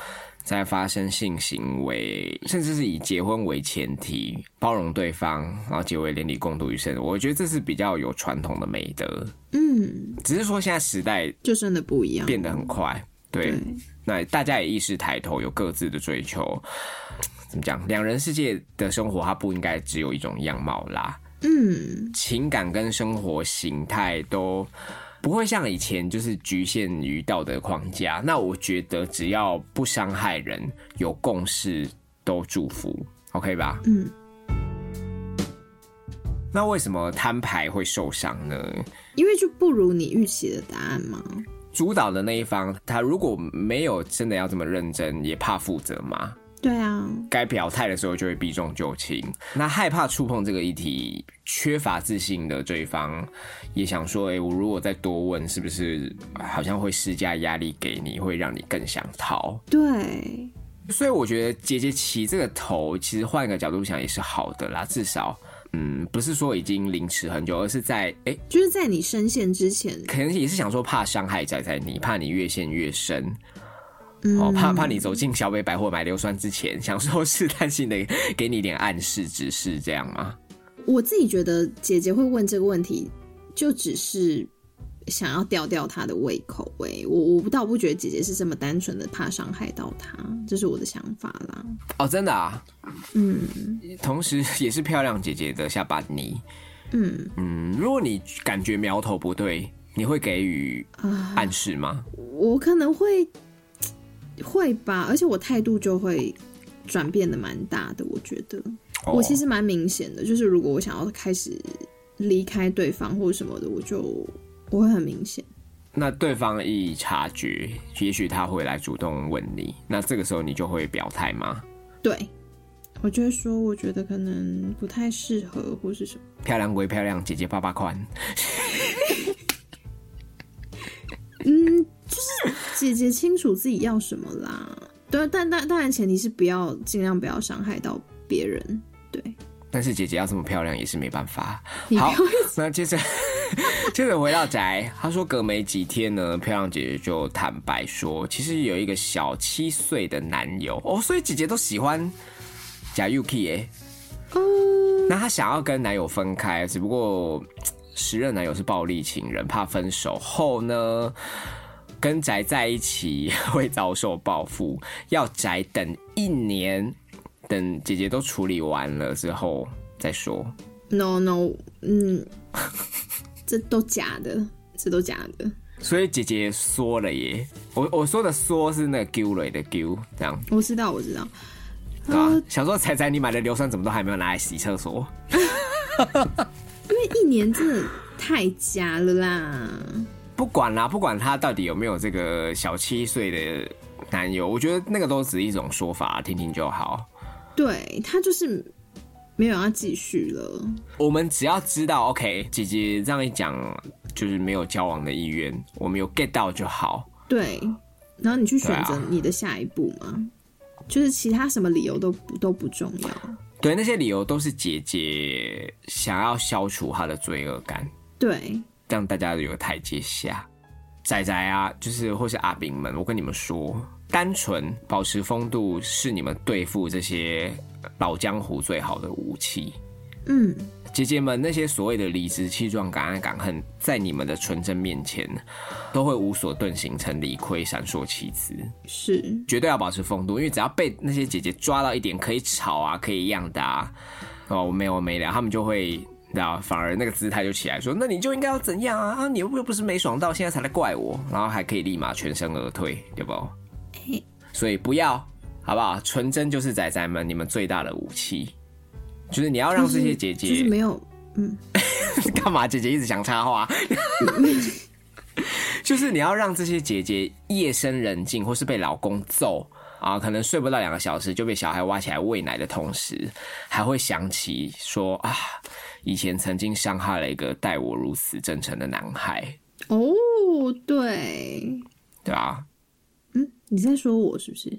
再发生性行为，甚至是以结婚为前提，包容对方，然后结为连理，共度余生。我觉得这是比较有传统的美德。
嗯，
只是说现在时代
就真的不一样。
变得很快，对，
对
那大家也意识抬头，有各自的追求。怎么讲？两人世界的生活，它不应该只有一种样貌啦。
嗯，
情感跟生活形态都不会像以前就是局限于道德框架。那我觉得只要不伤害人，有共识都祝福，OK 吧？
嗯。
那为什么摊牌会受伤呢？
因为就不如你预期的答案嘛。
主导的那一方，他如果没有真的要这么认真，也怕负责嘛。
对啊，
该表态的时候就会避重就轻。那害怕触碰这个议题、缺乏自信的这一方，也想说：“哎、我如果再多问，是不是好像会施加压力给你，会让你更想逃
对，？”
所以我觉得姐姐起这个头，其实换个角度想也是好的啦，至少。嗯，不是说已经凌迟很久，而是在哎、
就是在你深陷之前，
可能也是想说怕伤害仔仔你，怕你越陷越深，
嗯，
哦，怕怕你走进小北百货买硫酸之前，想说试探性的给你一点暗示、指示，这样吗？
我自己觉得姐姐会问这个问题，就只是想要吊吊她的胃口、欸。我我不倒不觉得姐姐是这么单纯的怕伤害到她，这是我的想法啦。
哦，真的啊，
嗯
同时也是漂亮姐姐的下巴泥。
嗯
嗯，如果你感觉苗头不对，你会给予
啊、
暗示吗？
我可能会会吧，而且我态度就会转变的蛮大的，我觉得。
哦
啊我其实蛮明显的，就是如果我想要开始离开对方或者什么的，我就我会很明显。
那对方一察觉，也许他会来主动问你，那这个时候你就会表态吗？
对，我就会说，我觉得可能不太适合或是什么。
漂亮归漂亮，姐姐爸爸宽。
姐姐清楚自己要什么啦，对，但但当然前提是不要尽量不要伤害到别人。对，
但是姐姐要这么漂亮也是没办法。
你
好
不要，
那接着 [LAUGHS] 接着回到宅，她说隔没几天呢，漂亮姐姐就坦白说，其实有一个小七岁的男友哦，所以姐姐都喜欢假 Yuki 耶、
哦，
那她想要跟男友分开，只不过时任男友是暴力情人，怕分手后呢，跟宅在一起 [LAUGHS] 会遭受报复，要宅等一年，等姐姐都处理完了之后再说。
no no，嗯，这都假的，这都假的。
所以姐姐缩了耶，我我说的缩是那个丢了的丢，这样
我知道，我知道。
对吧、想说仔仔你买的硫酸怎么都还没有拿来洗厕所？
因为一年真的太假了啦。
不管啦、不管她到底有没有这个小七岁的男友，我觉得那个都只是一种说法，听听就好。
对他就是没有要继续了。
我们只要知道，OK，姐姐这样一讲，就是没有交往的意愿，我们有 get 到就好。
对，然后你去选
对
择
啊
你的下一步嘛，就是其他什么理由都不都不重要。
对，那些理由都是姐姐想要消除她的罪恶感。
对，
让大家有个台阶下。仔仔啊，就是或是阿炳们，我跟你们说，单纯保持风度是你们对付这些老江湖最好的武器。
嗯，
姐姐们那些所谓的理直气壮、敢爱敢恨，在你们的纯真面前，都会无所遁形，成理亏，闪烁其词。
是，
绝对要保持风度，因为只要被那些姐姐抓到一点可以吵啊，可以一样的啊，哦，我没有我没了，他们就会。你知道，反而那个姿态就起来说，那你就应该要怎样啊？啊，你又不又不是没爽到，现在才来怪我，然后还可以立马全身而退，对不？所以不要，好不好？纯真就是仔仔们你们最大的武器，就是你要让这些姐姐、
就是没有，
[LAUGHS] 干嘛？姐姐一直想插话， [LAUGHS] 就是你要让这些姐姐夜深人静，或是被老公揍啊，可能睡不到两个小时就被小孩挖起来喂奶的同时，还会想起说啊，以前曾经伤害了一个待我如此真诚的男孩，
哦，对，
对吧？
嗯，你在说我是不是？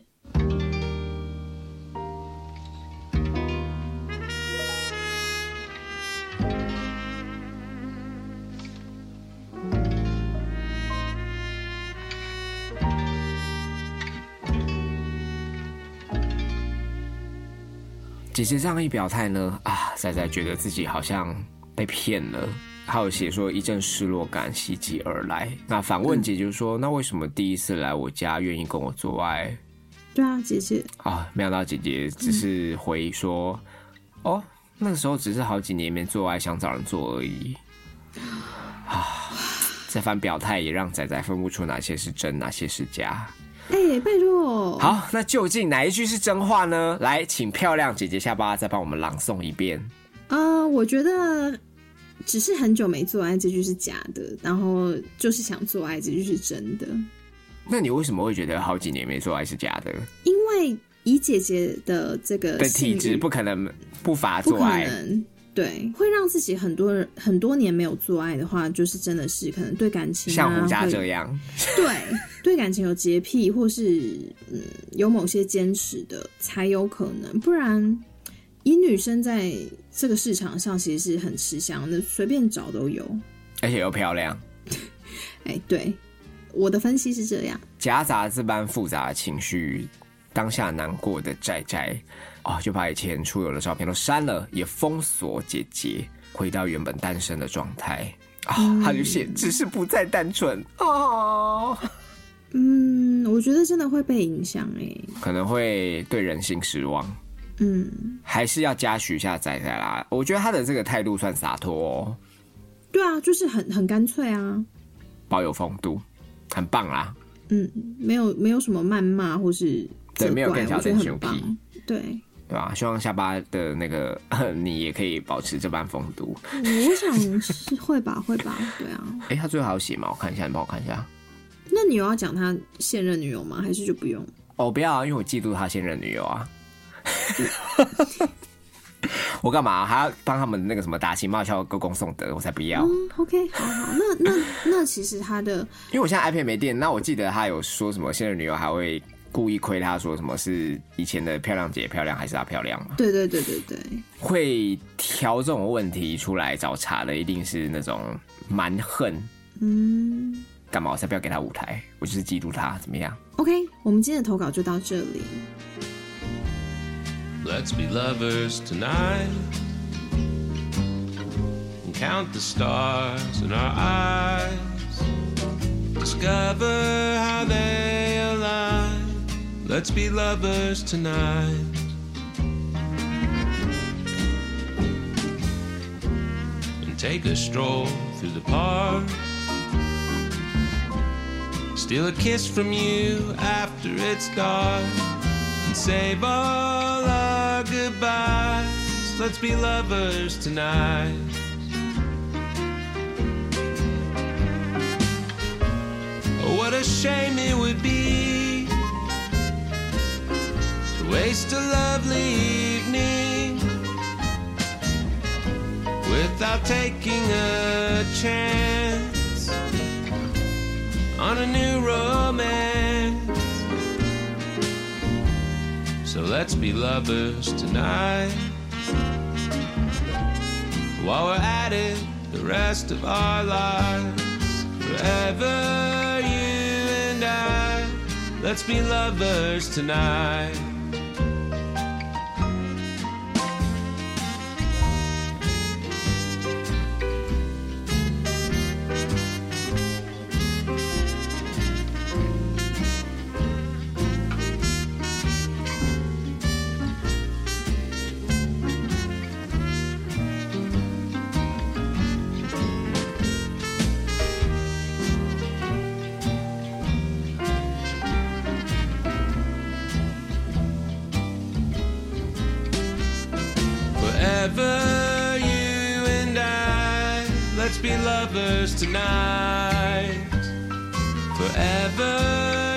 姐姐这样一表态呢，啊，仔仔觉得自己好像被骗了。还有写说一阵失落感袭击而来。那反问姐姐说：“那为什么第一次来我家愿意跟我做爱
对啊，姐姐，？”
啊，没想到姐姐只是
嗯
回说：“哦，那时候只是好几年没做爱，想找人做而已。”啊，这番表态也让仔仔分不出哪些是真，哪些是假。
哎、拜托，
好，那究竟哪一句是真话呢？来，请漂亮姐姐下巴再帮我们朗诵一遍。
啊、我觉得只是很久没做爱，这句是假的，然后就是想做爱，这句是真的。
那你为什么会觉得好几年没做爱是假的？
因为以姐姐的这个
的
性
体
欲
质不可能不乏
不
做
可
爱，
能，对，会让自己很多人很多年没有做爱的话，就是真的是可能对感情、啊、
像胡渣
会
这样。
对对感情有洁癖，或是嗯有某些坚持的，才有可能。不然，以女生在这个市场上其实是很吃香的，随便找都有。
而且又漂亮，
哎，对，我的分析是这样。
夹杂这般复杂的情绪，当下难过的寨寨哦，就把以前出游的照片都删了，也封锁姐姐，回到原本单身的状态啊。他就写只是不再单纯哦，
嗯，我觉得真的会被影响哎、
可能会对人性失望。
嗯，
还是要嘉许一下仔仔啦，我觉得他的这个态度算洒脱哦，
对啊，就是很很干脆啊。
保有风度，很棒啦。
嗯，没有没有什么谩骂或是
对
责
没
怪，
有更小
我觉得
更羞
很
屁
棒。对，
对吧、希望下巴的那个 [LAUGHS] 你也可以保持这般风度。
我想是会吧，会吧，对啊。
哎、他最后还有写吗？我看一下，你帮我看一下。
那你有要讲他现任女友吗？还是就不用？
哦，不要、啊，因为我嫉妒他现任女友啊。 [LAUGHS] 我干嘛、啊还要帮他们那个什么打情骂俏、歌功颂德？我才不要！
嗯，OK，好好，那那 [COUGHS] 那其实他的
因为我现在 iPad 没电。那我记得他有说什么现任女友还会故意亏他说什么是以前的漂亮姐漂亮还是她漂亮嘛？
对对对对对，
会挑这种问题出来找茬的，一定是那种蛮横。
嗯
干嘛？我才不要给他舞台，我就是嫉妒他，怎么样？
，OK，我们今天的投稿就到这里。
Let's be lovers tonight and count the stars in our eyes. Discover how they align. Let's be lovers tonight. And take a stroll through the park. Steal a kiss from you after it's dark and save all our goodbyes. Let's be lovers tonight. Oh, what a shame it would be to waste a lovely evening without taking a chance on a new romance. So let's be lovers tonight. While we're at it, the rest of our lives, forever you and I, let's be lovers tonight. Forever you and I, let's be lovers tonight. Forever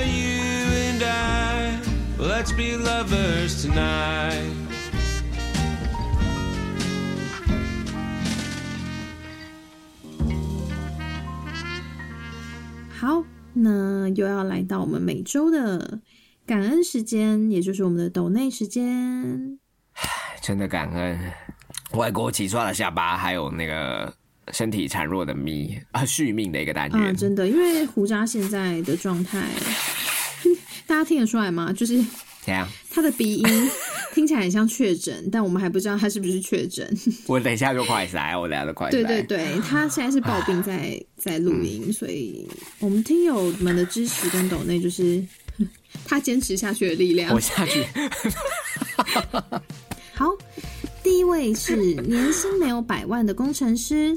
you and I, let's be lovers tonight.
好，那又要来到我们每周的感恩时间，也就是我们的抖内时间。
真的感恩外国齐刷的下巴，还有那个身体孱弱的咪 [LAUGHS] 啊，续命的一个单
啊，
元。
真的，因为胡渣现在的状态， [LAUGHS] 大家听得出来吗？就是
怎样？
他的鼻音听起来很像确诊，但我们还不知道他是不是确诊。
我等一下就快塞，我等一下就快塞。
对对对，他现在是抱病在在录
嗯
音，所以我们听友们的支持跟抖
[LAUGHS]
内就是哼他坚持下去的力量
我。下去。 [LAUGHS]
好，第一位是年薪没有百万的工
[LAUGHS]
程师，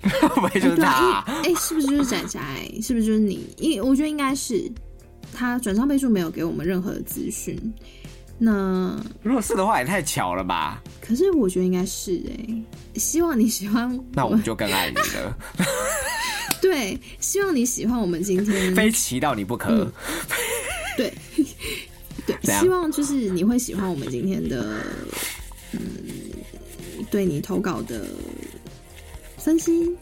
会不会就是
对
他
啊，
啊？
因为哎、是不是就是仔仔？是不是就是你？因为我觉得应该是他转账倍数没有给我们任何的资讯。那
如果是的话，也太巧了吧？
可是我觉得应该是哎、希望你喜欢
那
我
我
们
们就更爱你了，
[LAUGHS] 嗯对，希望你喜欢我们今天
[LAUGHS] 非骑到你不
嗯
可。 [LAUGHS]
对对，
怎样
希望就是你会喜欢我们今天的嗯，对你投稿的分析，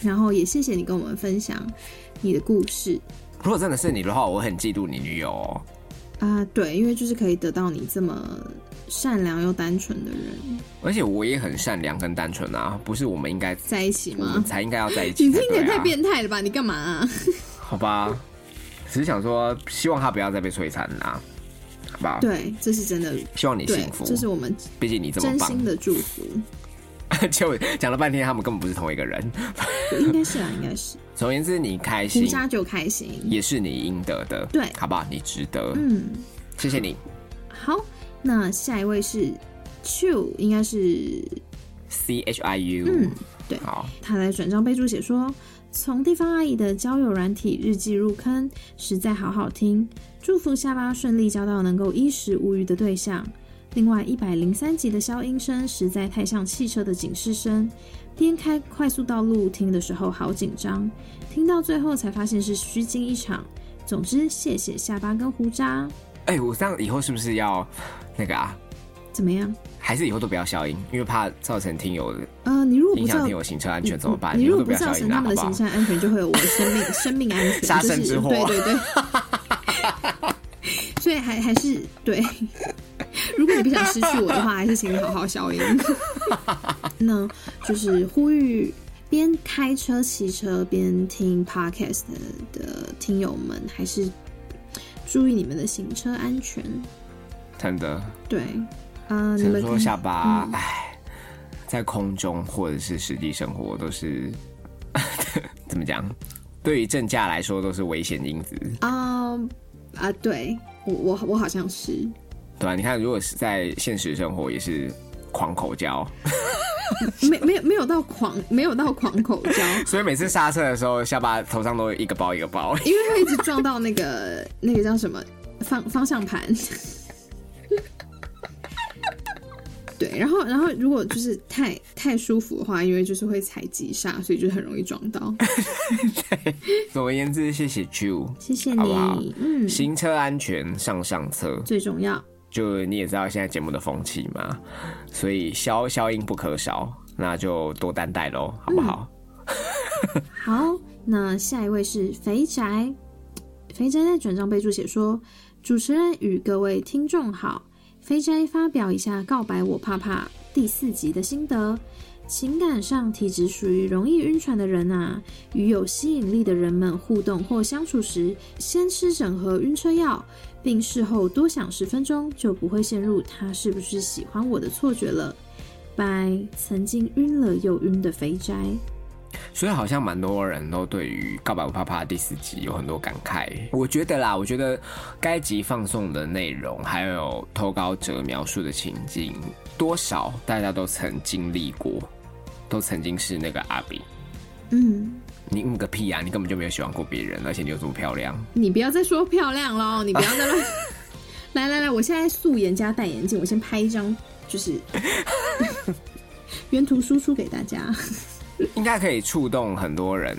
然后也谢谢你跟我们分享你的故事。
如果真的是你的话，我很嫉妒你女友哦。
啊，对，因为就是可以得到你这么善良又单纯的人
而且我也很善良跟单纯啊，不是我们应该
在一起
我
吗
们？才应该要在一起。
嗯你这一点
对啊
太变态了吧！你干嘛、啊？
好吧？只是想说，希望他不要再被摧残啦，好吧？
对，这是真的，
希望你
对
幸，福。
这是我们
毕竟你这么
真心
棒，
的祝福。
[LAUGHS] 就讲了半天，他们根本不是同一个人。
对应该是啊，应该是。
总而言之，你开
胡
心
渣就开心。
也是你应得的，
对
好不好？你值得，
嗯，
谢谢你
好，那下一位是 Chu，应该是
，C H I U。
嗯，对
好，
他在转账备注写说，从地方阿姨的交友软体日记入坑，实在好好听。祝福下巴顺利交到能够衣食无余的对象。另外，一百零三集的消音声实在太像汽车的警示声，边开快速道路听的时候好紧张，听到最后才发现是虚惊一场。总之，谢谢下巴跟胡渣。
哎、我这样以后是不是要那个啊？
怎么样？
还是以后都不要消音，因为怕造成听友
呃，你如果不
影
造
响听友行车安全怎么办？
你
以
如
后
果
都
不
要
造
消
成
音
他
啦，好
们的
不好
形？象安全，就会有我的生命生命安全，
杀身
就是
之祸
对对对。
[LAUGHS]
所以还还是对，如果你不想失去我的话，还是请你好好消音。 [LAUGHS] 那就是呼吁边开车、骑车边听 podcast 的的听友们，还是注意你们的行车安全。
真的，
对，啊、
只
你
能
们
说
可
下
嗯
巴，哎、在空中或者是实际生活都是 [LAUGHS] 怎么讲？对于正价来说都是危险因子，
啊啊，对我我我好像是。
对吧、啊你看，如果是在现实生活也是狂口交，
没没有没有到狂，没有到狂口 [LAUGHS] 交，
所以每次刹车的时候，下巴头上都有一个包一个包。 [LAUGHS]
因为会一直撞到那个那个叫什么方方向盘。 [LAUGHS] 对，然后然后如果就是太太舒服的话，因为就是会踩急刹，所以就很容易撞到。
总而言之，谢谢 Jew，
谢谢你，
好不好
嗯，
行车安全上上策。
最重要。
就你也知道现在节目的风气嘛，所以消消音不可少，那就多担待喽，好不好？
好，那下一位是肥宅。肥宅在转账备注写说：“主持人与各位听众好，肥宅发表一下《告白我怕怕》第四集的心得。情感上体质属于容易晕船的人啊，与有吸引力的人们互动或相处时，先吃整盒晕车药，并事后多想十分钟，就不会陷入他是不是喜欢我的错觉了。”拜，曾经晕了又晕的肥宅。
所以好像蛮多人都对于《告白我怕怕》第四集有很多感慨。我觉得啦，我觉得该集放送的内容，还有投稿者描述的情境，多少大家都曾经历过，都曾经是那个阿比。
嗯，
你嗯个屁呀、你根本就没有喜欢过别人，而且你又这么漂亮。
你不要再说漂亮 [LAUGHS] 喽，你不要再乱。来来来，我现在素颜加戴眼镜，我先拍一张，就是 [LAUGHS] 原图输出给大家。
应该可以触动很多人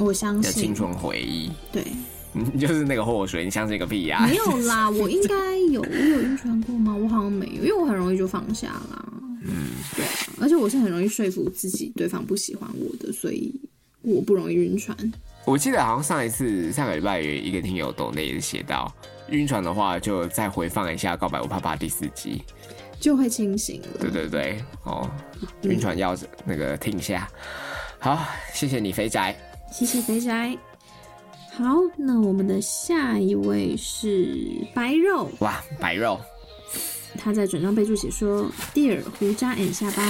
我相
你的青
信，
春回忆， [LAUGHS]
对，
你就是那个祸水，你相信个屁啊呀、
没有啦，我应该有，我有晕船过吗？我好像没有，因为我很容易就放下啦。嗯，对啊，而且我是很容易说服自己对方不喜欢我的，所以我不容易晕船。
我记得好像上一次上个礼拜有一个听友懂的也是写到，晕船的话就再回放一下《告白我怕怕》第四集。
就会清醒了。
对对对，哦，晕船要那个听一下。好，谢谢你肥宅。
谢谢肥宅。好，那我们的下一位是白肉，
哇，白肉，
他在转账备注写说：“Dear 胡渣 and 下巴，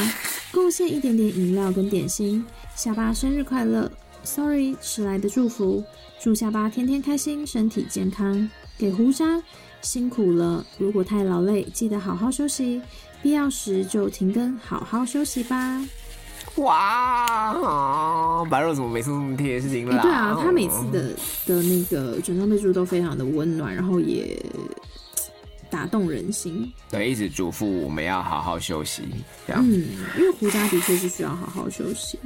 贡献一点点饮料跟点心，下巴生日快乐！Sorry 迟来的祝福，祝下巴天天开心，身体健康。给胡渣，辛苦了，如果太劳累，记得好好休息，必要时就停更，好好休息吧。”
哇，哦、白肉怎么每次都那么贴心
哎
啦？
对啊，他每次的的那个转账备注都非常的温暖，然后也打动人心。
对一直嘱咐我们要好好休息，这样、
嗯，因为胡渣的确是需要好好休息。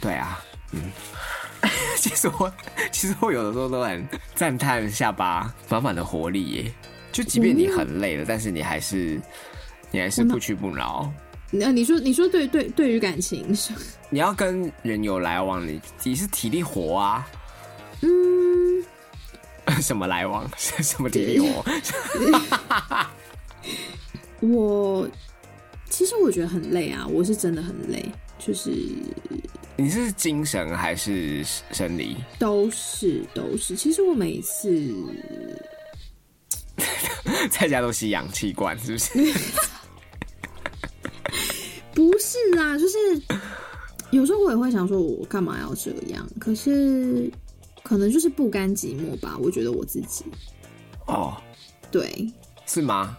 对啊，嗯。 [LAUGHS] 其实我，其实我有的时候都很赞叹下巴满满的活力耶。就即便你很累了，但是你还是，你还是不屈不挠。
那呃你说，你说对对，对于感情是，
你要跟人有来往，你你是体力活啊。
嗯，
[LAUGHS] 什么来往？什么体力活？
我其实我觉得很累啊，我是真的很累，就是
你是精神还是生理？ [LAUGHS]
都是都是。其实我每一次
在家都吸氧气罐，是不是？
不是啦，就是有时候我也会想说，我干嘛要这样？可是可能就是不甘寂寞吧，我觉得我自己
哦，
对，
是吗？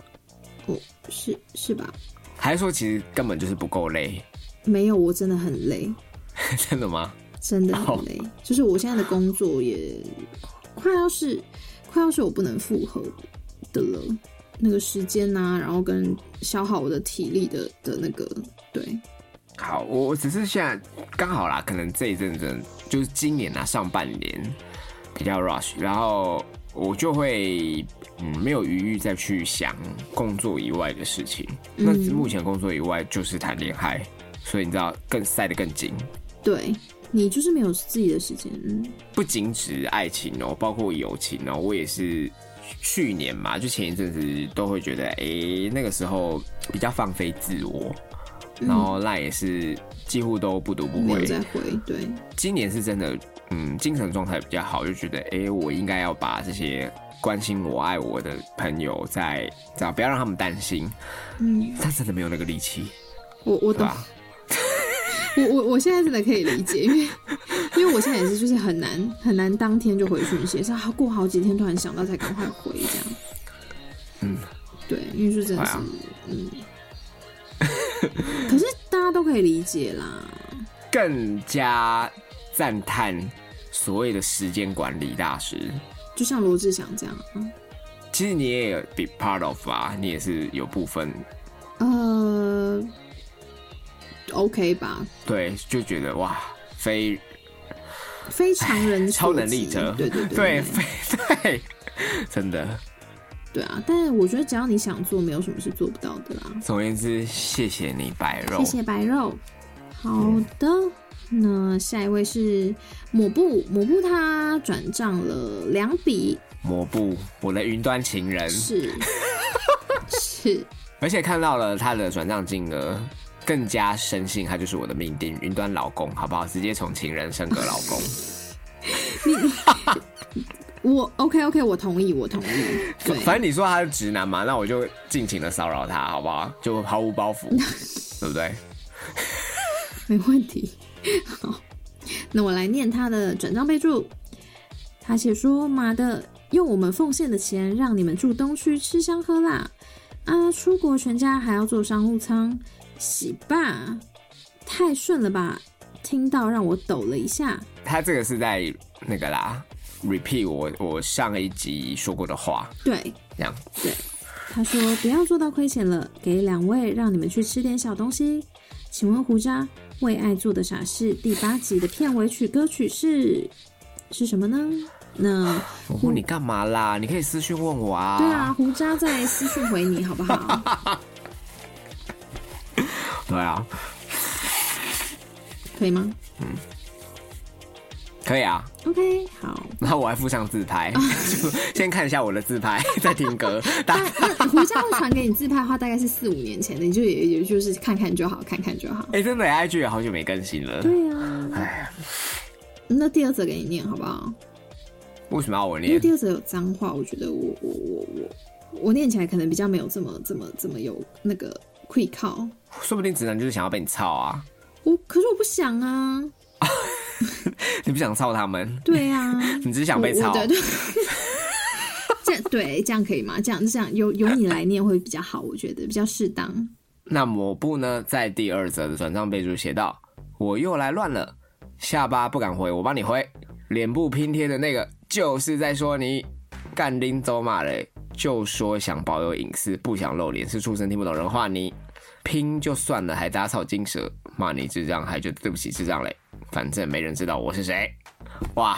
我是是吧？
还是说其实根本就是不够累？ [LAUGHS]
没有，我真的很累，
真的吗？
真的很累。就是我现在的工作也快要是快要是我不能负荷的了，那个时间呐、然后跟消耗我的体力的的那个，对，
好，我我只是现在刚好啦，可能这一阵子就是今年啊上半年比较 rush，然后我就会嗯没有余裕再去想工作以外的事情。那
嗯
目前工作以外就是谈恋爱，所以你知道更塞得更紧。
对你就是没有自己的时间，嗯
不仅指爱情哦，包括友情哦，我也是去年嘛，就前一阵子都会觉得，诶、那个时候比较放飞自我，然后那也是几乎都不读不
没
回
有。再回，对。
今年是真的，嗯，精神状态比较好，就觉得，诶、我应该要把这些关心我、爱我的朋友在，这样不要让他们担心。
嗯，
他真的没有那个力气，
我我
对
懂，
吧？
[LAUGHS] 我我我现在真的可以理解，因为因为我现在也是就是很难很难当天就回讯息，是要过好几天突然想到才赶快回这样。
嗯，
对，因为就真的是、
哎呀
嗯，可是大家都可以理解啦。
更加赞叹所谓的时间管理大师。
就像罗志祥这样，啊
其实你也有 be part of 啊，你也是有部分
呃，OK 吧，
对，就觉得哇，非
非常人
超
所
能力
及
者，
对对
对
对
非对，真的。
对啊！但我觉得只要你想做，没有什么是做不到的啦。
总而言之，谢谢你白肉，
谢谢白肉。好的，那下一位是抹布，抹布他转账了两笔，
抹布，我的云端情人，
是 [LAUGHS] 是，
而且看到了他的转账金额。更加深信他就是我的命定，云端老公，好不好？直接从情人升格老公，
我 OK OK，我同意，我同意，对，
反正你说他是直男嘛，那我就尽情的骚扰他，好不好？就毫无包
[LAUGHS]
袱，对不对？
没问题。好，那我来念他的转账备注。他写说：“妈的，用我们奉献的钱让你们住东区吃香喝辣啊！出国全家还要坐商务舱，喜吧！太顺了吧！听到让我抖了一下。
他这个是在那个啦，repeat 我我上一集说过的话，
对，
这样
他说不要做到亏钱了，给两位让你们去吃点小东西。请问胡渣，为爱做的傻事》第八集的片尾曲歌曲是是什么呢？那
我问你干嘛啦？你可以私讯问我啊。
对啊，，胡渣再私讯回你好不
[LAUGHS]
好？
对啊，
可以吗
可以啊。
？OK，好。
然后我还附上自
[LAUGHS]
拍，就先看一下我的自拍，再听歌。大
那那胡渣会传给你自拍的话，大概是四五年前的，你就也也就是看看就好，看看就好。
哎、真的耶，IG 也好久没更新了。
对啊，
哎，
那第二则给你念好不好？
为什么要我
因为
念？
第二则有脏话，我觉得我我我我我念起来可能比较没有这么这么这么有那个愧靠。
说不定直男就是想要被你操啊！ [LAUGHS]
我可是我不想啊，
你不想操他们，
对啊，
你只是想被
我
操
我。对对。这样对，这样可以吗？这样这样由由你来念会比较好，我觉得比较适当。
那抹布呢，在第二则的转账备注写道：“我又来乱了，下巴不敢回，我帮你回。脸部拼贴的那个，就是在说你干拎走马嘞，就说想保有隐私，不想露脸，是畜生听不懂人话你。拼就算了，还打草惊蛇，骂你智障，还觉得对不起智障嘞。反正没人知道我是谁。哇，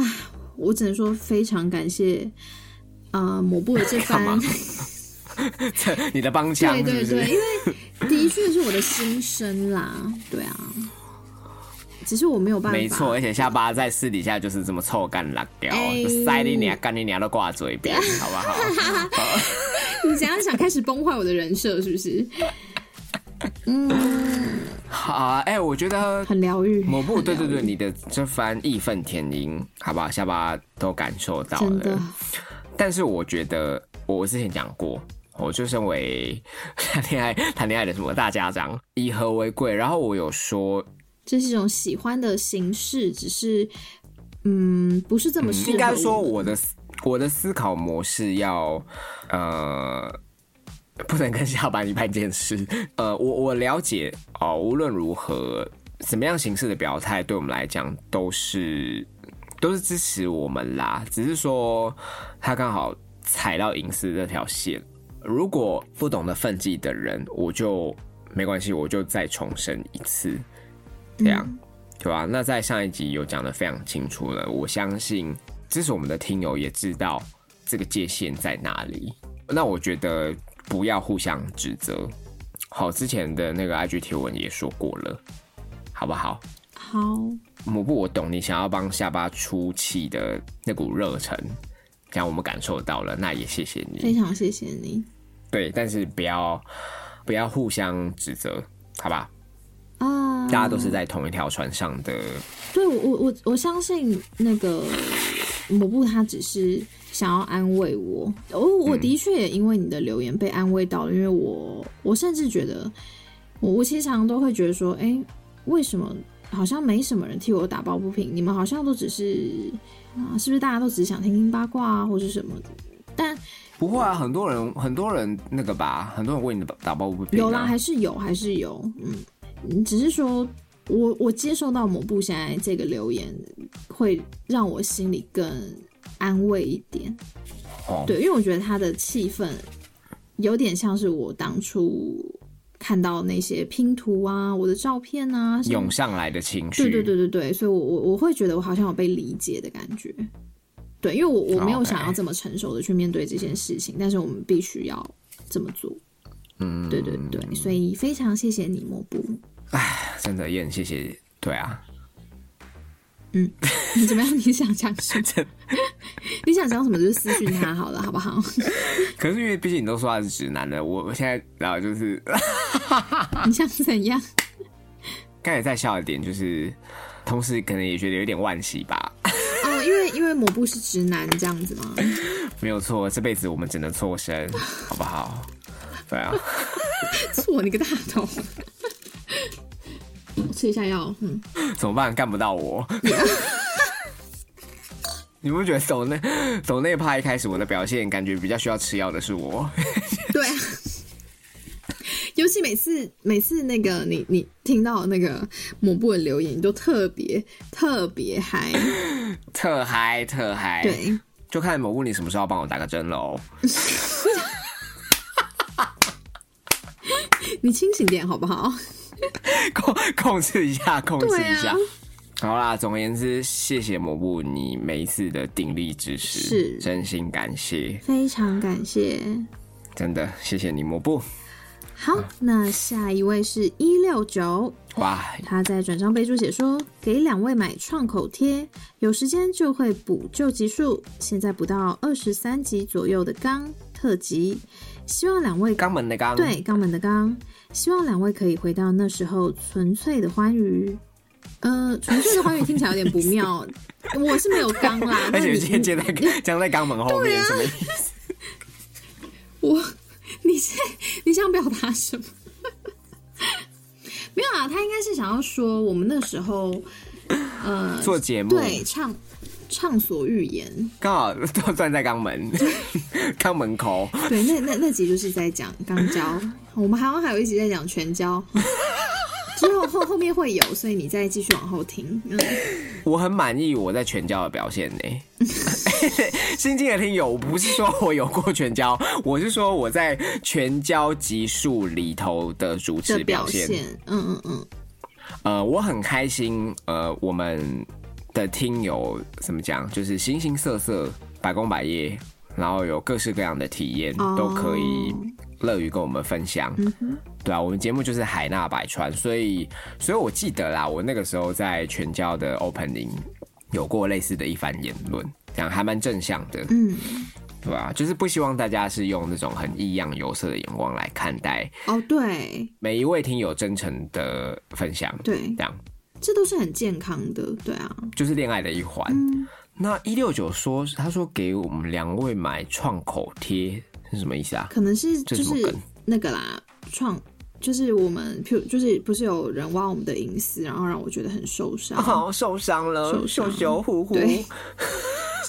[LAUGHS]
我只能说非常感谢，啊，抹布的这
干
番
嘛，这你的帮腔
对
是不是？
对对，因为的确是我的心声啦，对啊，只是我没有办法，
没错，而且下巴在私底下就是这么臭干辣掉，
哎
就塞你娘干你娘都挂嘴
[LAUGHS]
边，好不好？
你怎样想开始崩坏我的人设是不是？
好，哎、我觉得
[LAUGHS] 很疗愈，
某部
[LAUGHS] 很
对对
疗愈
对，，你的这番义愤填膺，好不好？下巴都感受到
真的
了。但是我觉得，我之前讲过，我就身为谈恋爱谈恋爱的什么大家长，以和为贵。然后我有说，
这是一种喜欢的形式，只是嗯，不是这么适合。
应该说我的思我的思考模式要呃。不能跟下班一般见识。呃，我我了解哦，无论如何，什么样形式的表态，对我们来讲都是都是支持我们啦。只是说他刚好踩到隐私这条线。如果不懂得分际的人，我就没关系，我就再重申一次，这样、
嗯
对吧、那在上一集有讲的非常清楚了，我相信支持我们的听友也知道这个界限在哪里。那我觉得不要互相指责。好，之前的那个 IG 贴文也说过了，好不好？
好，
抹布，我懂你想要帮下巴出气的那股热忱，这样我们感受到了，那也谢谢
非
你。
常谢谢你。
对，但是不要不要互相指责，好吧？
啊，
大家都是在同一条船上的，
对我我我我相信那个抹布他只是想要安慰我，我我的确也因为你的留言被安慰到了，因为我我甚至觉得我我其实常常都会觉得说，哎、为什么好像没什么人替我打抱不平？你们好像都只是啊、是不是大家都只是想听听八卦啊，或是什么的？但
不会啊，很多人很多人那个吧，很多人为你打抱不平、啊。
有啦，还是有，还是有，嗯，只是说我我接受到某部现在这个留言，会让我心里更安慰一点。
哦
对，因为我觉得他的气氛有点像是我当初看到那些拼图啊、我的照片啊，什么
涌上来的情绪，
对对对对对，所以我我我会觉得我好像有被理解的感觉。对，因为我我没有
OK
想要这么成熟的去面对这件事情，但是我们必须要这么做。嗯，对对对，所以非常谢谢你，莫布。
真的也很谢谢。对啊，
你怎么样？你想讲什么？ [LAUGHS] 你想讲什么就私讯他好了，好不好？
可是因为毕竟你都说他是直男了，我我现在然后就是 [LAUGHS]
你想怎样？
刚才在笑的点就是，同时可能也觉得有点惋惜吧。
哦，因为因为抹布是直男这样子吗？ [LAUGHS]
没有错，这辈子我们只能错身，好不好？对啊，
错你个大头！ [LAUGHS] 我吃一下药，嗯，
怎么办？干不到我。 [LAUGHS] 你不觉得走那走那趴一开始我的表现，感觉比较需要吃药的是我？ [LAUGHS]
[LAUGHS] 对啊，尤其每次每次那个你你听到那个抹布的留言，你都特别特别嗨，
特嗨特嗨，，
对，
就看某物你什么时候要帮我打个针喽。
你清醒点好不好？
[LAUGHS] 控控制一下，控制一
对
下
啊。
好啦，总而言之，谢谢抹布你每一次的鼎力支持，
是
真心感谢，
非常感谢。
真的谢谢你抹布。
好，
嗯
那下一位是一六九，
哇，
他在转账备注写说，给两位买创口贴，有时间就会补救集数，现在补到二十三集左右的刚特辑，希望两位
肛门的肛，，
对肛门的肛，希望两位可以回到那时候纯粹的欢愉。呃，纯粹的欢愉听起来有点不妙， [LAUGHS] 我是没有肛 [LAUGHS] 啦，
[LAUGHS] 而
那
且
你啊
接接在 [LAUGHS] 将在肛门后面，什么意思？
我，你是你想表达什么？ [LAUGHS] 没有啊，他应该是想要说我们那时候，呃，
做节目
对畅畅所欲言，
刚好都站在肛门 [LAUGHS] 肛门口，
对，那那那集就是在讲肛交，我们好像还有一集在讲全交，之后后后面会有，所以你再继续往后听。嗯，
我很满意我在全交的表现呢。 [LAUGHS] 新进的听友，我不是说我有过全交，我是说我在全交集数里头的主
的
持
表
现。
现，嗯嗯嗯，
呃，我很开心，呃，我们的听友怎么讲，就是形形色色、百工百业，然后有各式各样的体验，
哦嗯
都可以乐于跟我们分享。对啊，我们节目就是海纳百川，所以，所以我记得啦，我那个时候在全教的 opening 有过类似的一番言论，这样还蛮正向的。
嗯，
对啊，就是不希望大家是用那种很异样有色的眼光来看待
哦对
每一位听友真诚的分享。
对
这，样。
这都是很健康的，对啊，
就是恋爱的一环。
嗯
那一六九说，他说给我们两位买创口贴是什么意思啊？
可能是
这
就
什
是
么
是
梗
那个啦，创就是我们，譬如就是不是有人挖我们的隐私，然后让我觉得很受伤，
好、哦受伤了，
受
秀
伤
秀呼呼。
对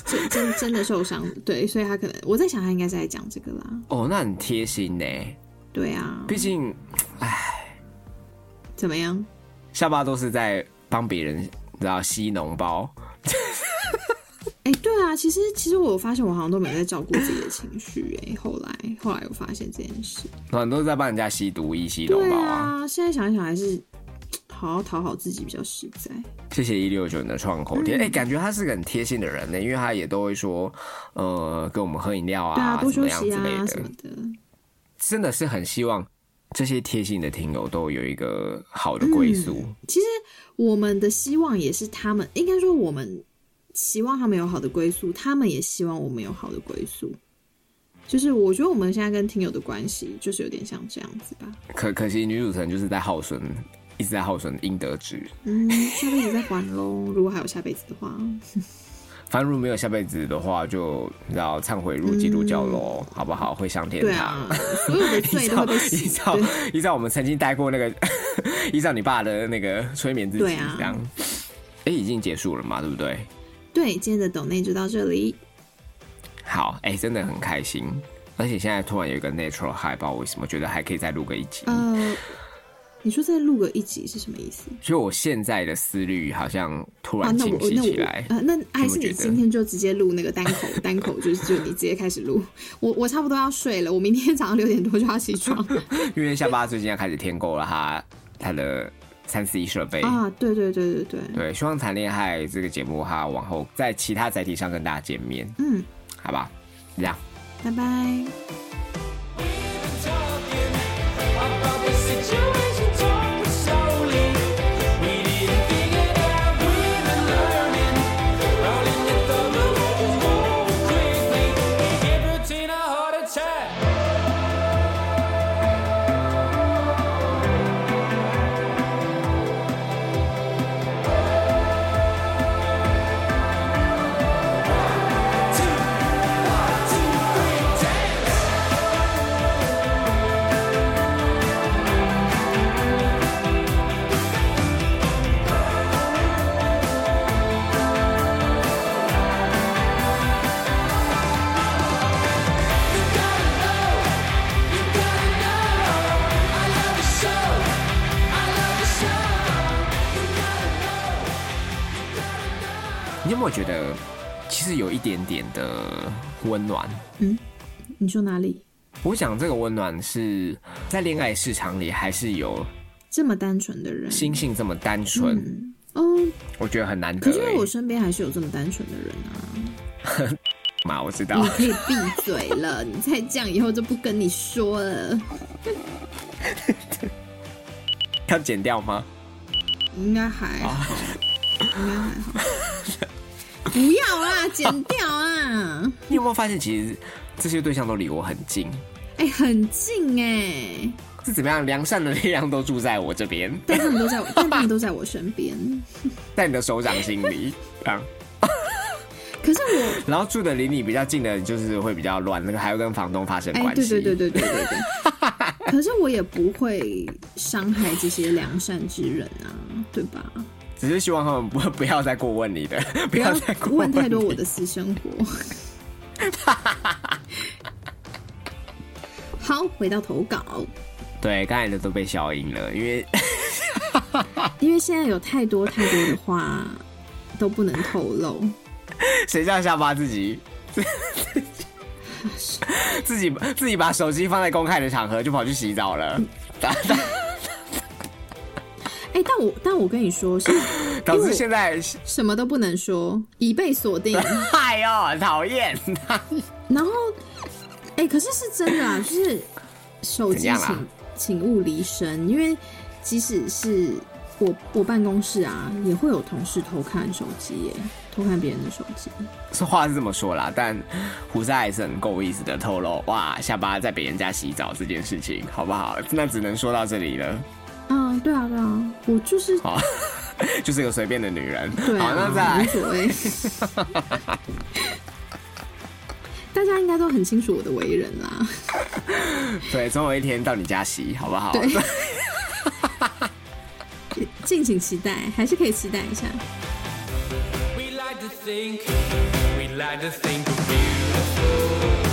真真真的受伤，对，所以他可能我在想他应该是在讲这个啦，
哦，那很贴心呢。
对啊，
毕竟
怎么样？
下巴都是在帮别人，你知道吸脓包。
哎、对啊，其实其实我有发现我好像都没有在照顾自己的情绪、哎，后来后来有发现这件事，
很多在帮人家吸毒液、吸脓
对
包啊！
啊，现在想一想还是好好讨好自己比较实在，
谢谢一六九你的创口
嗯
贴，哎、感觉他是个很贴心的人呢，因为他也都会说，呃，跟我们喝饮料
对啊，多
怎么
休
样
息
之类
啊
的，
什么的，
真的是很希望这些贴心的听友都有一个好
嗯
的归宿。
其实我们的希望也是他们，应该说我们希望他们有好的归宿，他们也希望我们有好的归宿。就是我觉得我们现在跟听友的关系就是有点像这样子吧，
可可惜女主持人就是在耗损，一直在耗损应得值。
嗯，下辈子再还喽。如果还有下辈子的话，
反正如果没有下辈子的话，就你知道忏悔入基督教喽，好不好？会上天
嗯对
堂。
啊，所有
[LAUGHS]
的罪
依
都会
照
被
依
洗
照
对
依照我们曾经待过那个， [LAUGHS] 依照你爸的那个催眠自己
对啊
这样。哎、已经结束了嘛，对不对？
对，今天的抖内就到这里，
好，哎、真的很开心。而且现在突然有一个 natural high，不知道为什么，觉得还可以再录个一集。
呃，你说再录个一集是什么意思？
就我现在的思虑好像突
啊，
然
那
清
我
晰
那
起
我
来。
呃，那还是
觉得
你今天就直接录那个单口，单口就是就你直接开始录。我我差不多要睡了，我明天早上六点多就要起
[LAUGHS]
床
因为下巴最近要开始添购了他他的三 C 设备。
啊！对对对对对，
对，希望谈恋爱这个节目哈，往后在其他载体上跟大家见面，
嗯，
好吧？这样。
拜拜。
talking about the situation talking slowly. We didn't figure it out, we've been learning. Rolling the thumb and moving forward quickly. We gave routine a heart attack. Two, one, two, three, dance. I
你有没有觉得，其实有一点点的温暖？
你说哪里？
我想这个温暖是在恋爱市场里还是有
这么单纯的人。
心性这么单纯，
哦，
我觉得很难得
可是因
欸。
为我身边还是有这么单纯的人啊！
嘛，我知道
你，可以闭嘴了，你再这样以后就不跟你说了。
[LAUGHS] 要剪掉吗？
应该还
啊
好，应该还好。不要啦，剪掉啊！
你有没有发现，其实这些对象都离我很近？
哎、很近哎、
是怎么样？良善的力量都住在我这边，
但他们都在我，但他们都在我身边。
在你的手掌心里。啊，
可是
[LAUGHS]
我，
然后住的离你比较近的，就是会比较乱，那个还会跟房东发生
哎、
关
对
系。
对对对对对对。可是我也不会伤害这些良善之人啊，对吧？
只是希望他们不 [LAUGHS] 不要再过问你的，不
不
要再过 [LAUGHS]
问太
你
多我的私生活。好，回到投稿，
对，刚才的都被消音了，因为 [LAUGHS]
因为现在有太多太多的话都不能透露。
谁叫下巴自己 [LAUGHS] 自己自己把手机放在公开的场合就跑去洗澡了，
嗯哎、但我但我跟你说，是
导致现在， [LAUGHS]
什么都不能说，已被锁定。
哎呦，讨厌！
然后，哎、可是是真
[COUGHS]
的啊，就是手
怎
机
样啦
请请勿离身，因为即使是我我办公室啊，也会有同事偷看手机耶，偷看别人的手机。
是 [LAUGHS] 话是这么说啦，但胡莎还是很够意思的透露，哇，下巴在别人家洗澡这件事情，好不好？那只能说到这里了。 [LAUGHS] 嗯
啊，对啊，对啊，我就是
好，就是个随便的女人。
对
好，那再
啊，无
来，
所谓。
[LAUGHS]
大家应该都很清楚我的为人啦，
对，总有一天到你家洗，好不好？
对，敬请期待，还是可以期待一下。
We like to think, we like to think we're beautiful. Oh,